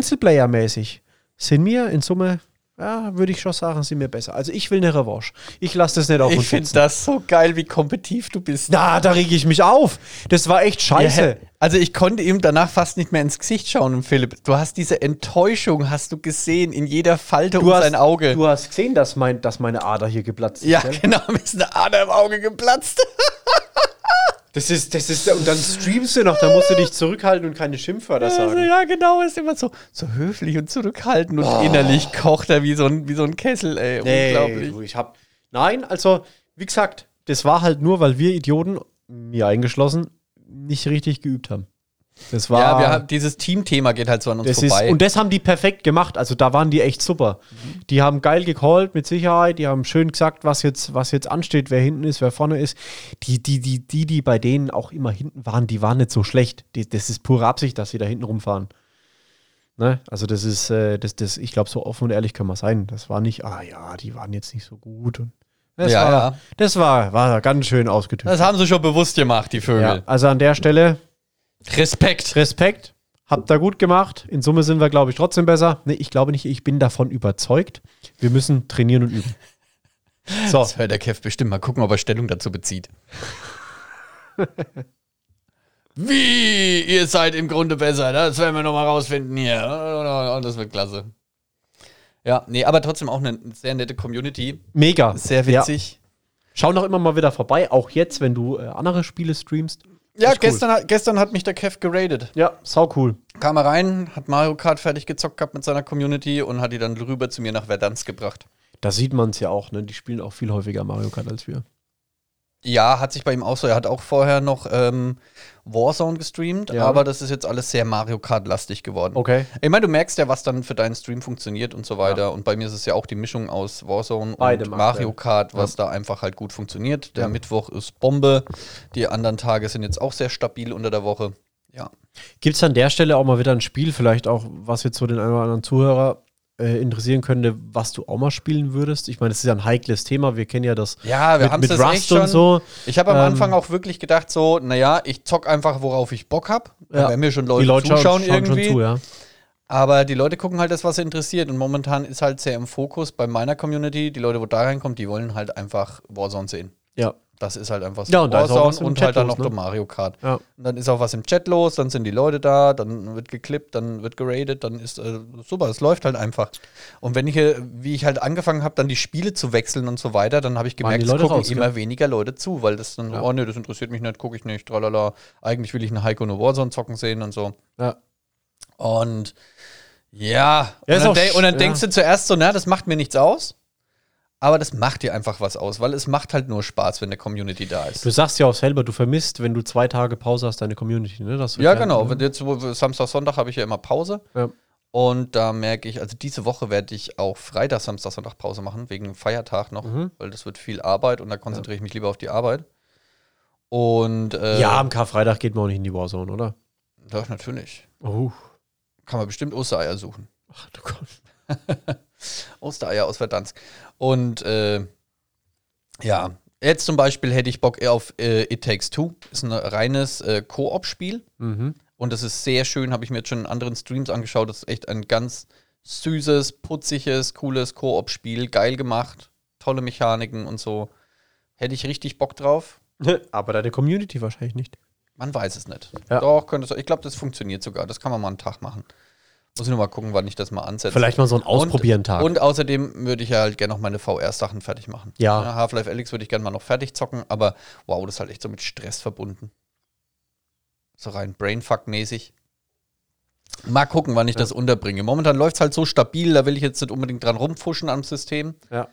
Speaker 2: Einzelplayermäßig, sind mir in Summe, ja, würde ich schon sagen, sind mir besser. Also ich will eine Revanche. Ich lasse das nicht auf
Speaker 1: Ich
Speaker 2: uns
Speaker 1: finde
Speaker 2: sitzen.
Speaker 1: das so geil, wie kompetitiv du bist.
Speaker 2: Na, da reg ich mich auf. Das war echt scheiße.
Speaker 1: Ja, Also ich konnte ihm danach fast nicht mehr ins Gesicht schauen, Philipp. Du hast diese Enttäuschung, hast du gesehen, in jeder Falte um sein Auge.
Speaker 2: Du hast gesehen, dass, mein, dass meine Ader hier geplatzt ist.
Speaker 1: ja,
Speaker 2: gell?
Speaker 1: genau, mir ist eine Ader im Auge <laughs> geplatzt.
Speaker 2: Das ist, das ist, und dann streamst du noch, da musst du dich zurückhalten und keine Schimpfwörter sagen.
Speaker 1: Ja, genau, ist immer so, so höflich und zurückhaltend und innerlich kocht er wie so ein, wie so ein Kessel, ey. Unglaublich.
Speaker 2: du, ich hab, nein, also, wie gesagt, das war halt nur, weil wir Idioten, mir eingeschlossen, nicht richtig geübt haben. Das war.
Speaker 1: Ja, wir haben, dieses Teamthema geht halt so an uns
Speaker 2: das ist,
Speaker 1: vorbei. Mhm.
Speaker 2: und das haben die perfekt gemacht. Also da waren die echt super. Die haben geil gecallt, mit Sicherheit. Die haben schön gesagt, was jetzt, was jetzt ansteht, wer hinten ist, wer vorne ist. Die, die, die, die, die bei denen auch immer hinten waren, die waren nicht so schlecht. Die, das ist pure Absicht, dass sie da hinten rumfahren. Ne? Also das ist, äh, das, das, ich glaube, so offen und ehrlich kann man sein. Das war nicht, ah ja, die waren jetzt nicht so gut. Und das
Speaker 1: Ja,
Speaker 2: war,
Speaker 1: ja.
Speaker 2: Das war, war ganz schön ausgetüftelt.
Speaker 1: das haben sie schon bewusst gemacht, die
Speaker 2: Ja,
Speaker 1: Vögel.
Speaker 2: also an der Stelle
Speaker 1: Respekt.
Speaker 2: Respekt, habt da gut gemacht. In Summe sind wir, glaube ich, trotzdem besser. Nee, ich glaube nicht, ich bin davon überzeugt. Wir müssen trainieren
Speaker 1: <laughs>
Speaker 2: und üben. So,
Speaker 1: Das hört Oh, der Kev bestimmt. Mal gucken, ob er Stellung dazu bezieht. <laughs> Wie? Ihr seid im Grunde besser. Das werden wir nochmal rausfinden hier. Und das wird klasse. Ja, nee, aber trotzdem auch eine sehr nette Community.
Speaker 2: mega.
Speaker 1: Sehr
Speaker 2: Ja.
Speaker 1: witzig.
Speaker 2: Schau noch immer mal wieder vorbei, auch jetzt, wenn du äh, andere Spiele streamst.
Speaker 1: Ja,
Speaker 2: Ist cool.
Speaker 1: gestern, hat- gestern hat mich der Kev geradet.
Speaker 2: Ja, sau cool.
Speaker 1: Kam er rein, hat Mario Kart fertig gezockt gehabt mit seiner Community und hat die dann rüber zu mir nach Verdansk gebracht.
Speaker 2: Da sieht man es ja auch, ne? Die spielen auch viel häufiger Mario Kart als wir.
Speaker 1: Ja, hat sich bei ihm auch so. Er hat auch vorher noch ähm, Warzone gestreamt,
Speaker 2: Ja.
Speaker 1: aber das ist jetzt alles sehr Mario Kart-lastig geworden.
Speaker 2: Okay.
Speaker 1: Ich meine, du merkst ja, was dann für deinen Stream funktioniert und so weiter. Und bei mir ist es ja auch die Mischung aus Warzone
Speaker 2: Beide
Speaker 1: und
Speaker 2: macht
Speaker 1: Mario
Speaker 2: er.
Speaker 1: Kart, was da einfach halt gut funktioniert. Der
Speaker 2: Ja.
Speaker 1: Mittwoch ist Bombe. Die anderen Tage sind jetzt auch sehr stabil unter der Woche. Ja.
Speaker 2: Gibt es an der Stelle auch mal wieder ein Spiel, vielleicht auch, was jetzt so den einen oder anderen Zuhörer äh, interessieren könnte, was du auch mal spielen würdest? Ich meine, das ist ja ein heikles Thema. Wir kennen ja das
Speaker 1: Ja, wir
Speaker 2: mit,
Speaker 1: haben
Speaker 2: mit
Speaker 1: es
Speaker 2: Rust
Speaker 1: echt schon.
Speaker 2: und so.
Speaker 1: Ich habe am
Speaker 2: Ähm,
Speaker 1: Anfang auch wirklich gedacht so, naja, ich zock einfach, worauf ich Bock habe.
Speaker 2: Ja.
Speaker 1: Wenn mir schon Leute, zuschauen irgendwie.
Speaker 2: ja.
Speaker 1: Aber die Leute gucken halt das, was sie interessiert. Und momentan ist halt sehr im Fokus bei meiner Community. Die Leute, wo da reinkommt, die wollen halt einfach Warzone sehen.
Speaker 2: Ja,
Speaker 1: Das ist halt einfach so.
Speaker 2: Ja, und da ist auch was im
Speaker 1: und
Speaker 2: Chat
Speaker 1: halt dann
Speaker 2: los,
Speaker 1: noch
Speaker 2: ne?
Speaker 1: der Mario Kart.
Speaker 2: ja.
Speaker 1: Und dann ist auch was im Chat los, dann sind die Leute da, dann wird geklippt, dann wird geradet, dann ist äh, super, es läuft halt einfach. Und wenn ich, äh, wie ich halt angefangen habe, dann die Spiele zu wechseln und so weiter, dann habe ich
Speaker 2: Waren die
Speaker 1: gemerkt, es
Speaker 2: Leute
Speaker 1: gucken
Speaker 2: raus,
Speaker 1: immer weniger Leute zu, weil das dann,
Speaker 2: Ja.
Speaker 1: oh nee, das interessiert mich nicht, gucke ich nicht, tralala, eigentlich will ich einen Heiko nur Warzone zocken sehen und so.
Speaker 2: ja.
Speaker 1: Und ja,
Speaker 2: Ja, ist
Speaker 1: und dann,
Speaker 2: auch
Speaker 1: de
Speaker 2: sch-
Speaker 1: und dann
Speaker 2: ja.
Speaker 1: denkst du zuerst so, na, das macht mir nichts aus. Aber das macht dir einfach was aus, weil es macht halt nur Spaß, wenn eine Community da ist.
Speaker 2: Du sagst ja auch selber, du vermisst, wenn du zwei Tage Pause hast, deine Community, ne? Das wird
Speaker 1: Ja, genau.
Speaker 2: ne?
Speaker 1: Wenn Jetzt, wo- Samstag, Sonntag habe ich ja immer Pause.
Speaker 2: Ja.
Speaker 1: Und da merke ich, also diese Woche werde ich auch Freitag, Samstag, Sonntag Pause machen, wegen Feiertag noch,
Speaker 2: Mhm.
Speaker 1: weil das wird viel Arbeit und da konzentriere ich mich lieber auf die Arbeit. Und äh,
Speaker 2: ja, am Karfreitag geht man auch nicht in die Warzone, oder?
Speaker 1: doch, natürlich.
Speaker 2: Oh.
Speaker 1: Kann man bestimmt Ostereier suchen.
Speaker 2: Ach du Gott.
Speaker 1: Ostereier aus Verdansk. Und äh, ja, jetzt zum Beispiel hätte ich Bock eher auf äh, It Takes Two. Ist ein reines äh, Koop-Spiel.
Speaker 2: Mhm. <laughs>
Speaker 1: Und das ist sehr schön, habe ich mir jetzt schon in anderen Streams angeschaut. Das ist echt ein ganz süßes, putziges, cooles Koop-Spiel. Geil gemacht. Tolle Mechaniken und so. Hätte ich richtig Bock drauf?
Speaker 2: Aber deine Community wahrscheinlich nicht.
Speaker 1: Man weiß es nicht.
Speaker 2: Ja.
Speaker 1: Doch, könnte so. Ich glaube, das funktioniert sogar. Das kann man mal einen Tag machen. Muss ich nur mal gucken, wann ich das mal ansetze.
Speaker 2: Vielleicht mal so ein Ausprobieren-Tag.
Speaker 1: Und außerdem würde ich ja halt gerne noch meine VR-Sachen fertig machen. Ne,
Speaker 2: Ja.
Speaker 1: Half-Life Alyx würde ich gerne mal noch fertig zocken, aber wow, das ist halt echt so mit Stress verbunden. So rein Brainfuck-mäßig. Mal gucken, wann ich das unterbringe. Momentan läuft es halt so stabil, da will ich jetzt nicht unbedingt dran rumfuschen am System.
Speaker 2: Ja.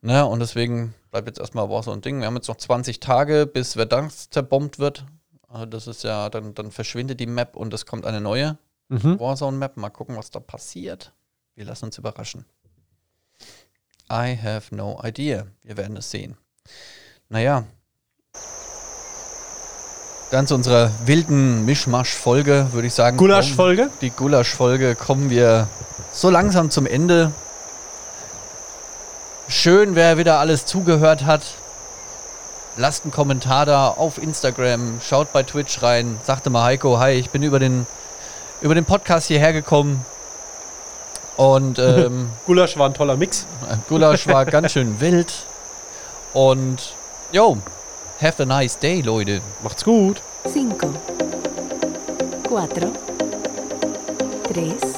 Speaker 1: Ne, und deswegen bleibt jetzt erstmal war so ein Ding. Wir haben jetzt noch 20 Tage, bis Verdansk zerbombt wird. Also Das ist ja, dann, dann verschwindet die Map und es kommt eine neue.
Speaker 2: Mhm.
Speaker 1: Warzone-Map. Mal gucken, was da passiert. Wir lassen uns überraschen. I have no idea. Wir werden es sehen. Naja. Dann zu unserer wilden Mischmasch-Folge, würde ich sagen.
Speaker 2: Gulasch-Folge?
Speaker 1: kommen- Die Gulasch-Folge kommen wir so langsam zum Ende. Schön, wer wieder alles zugehört hat. Lasst einen Kommentar da auf Instagram, schaut bei Twitch rein, sagte mal Heiko, hi, ich bin über den, über den Podcast hierher gekommen. Und ähm,
Speaker 2: Gulasch war ein toller Mix.
Speaker 1: Gulasch war ganz schön wild. Und yo, have a nice day, Leute.
Speaker 2: Macht's gut.
Speaker 3: 5, 4, 3, 2, 1.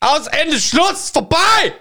Speaker 1: Aus Ende, Schluss, vorbei!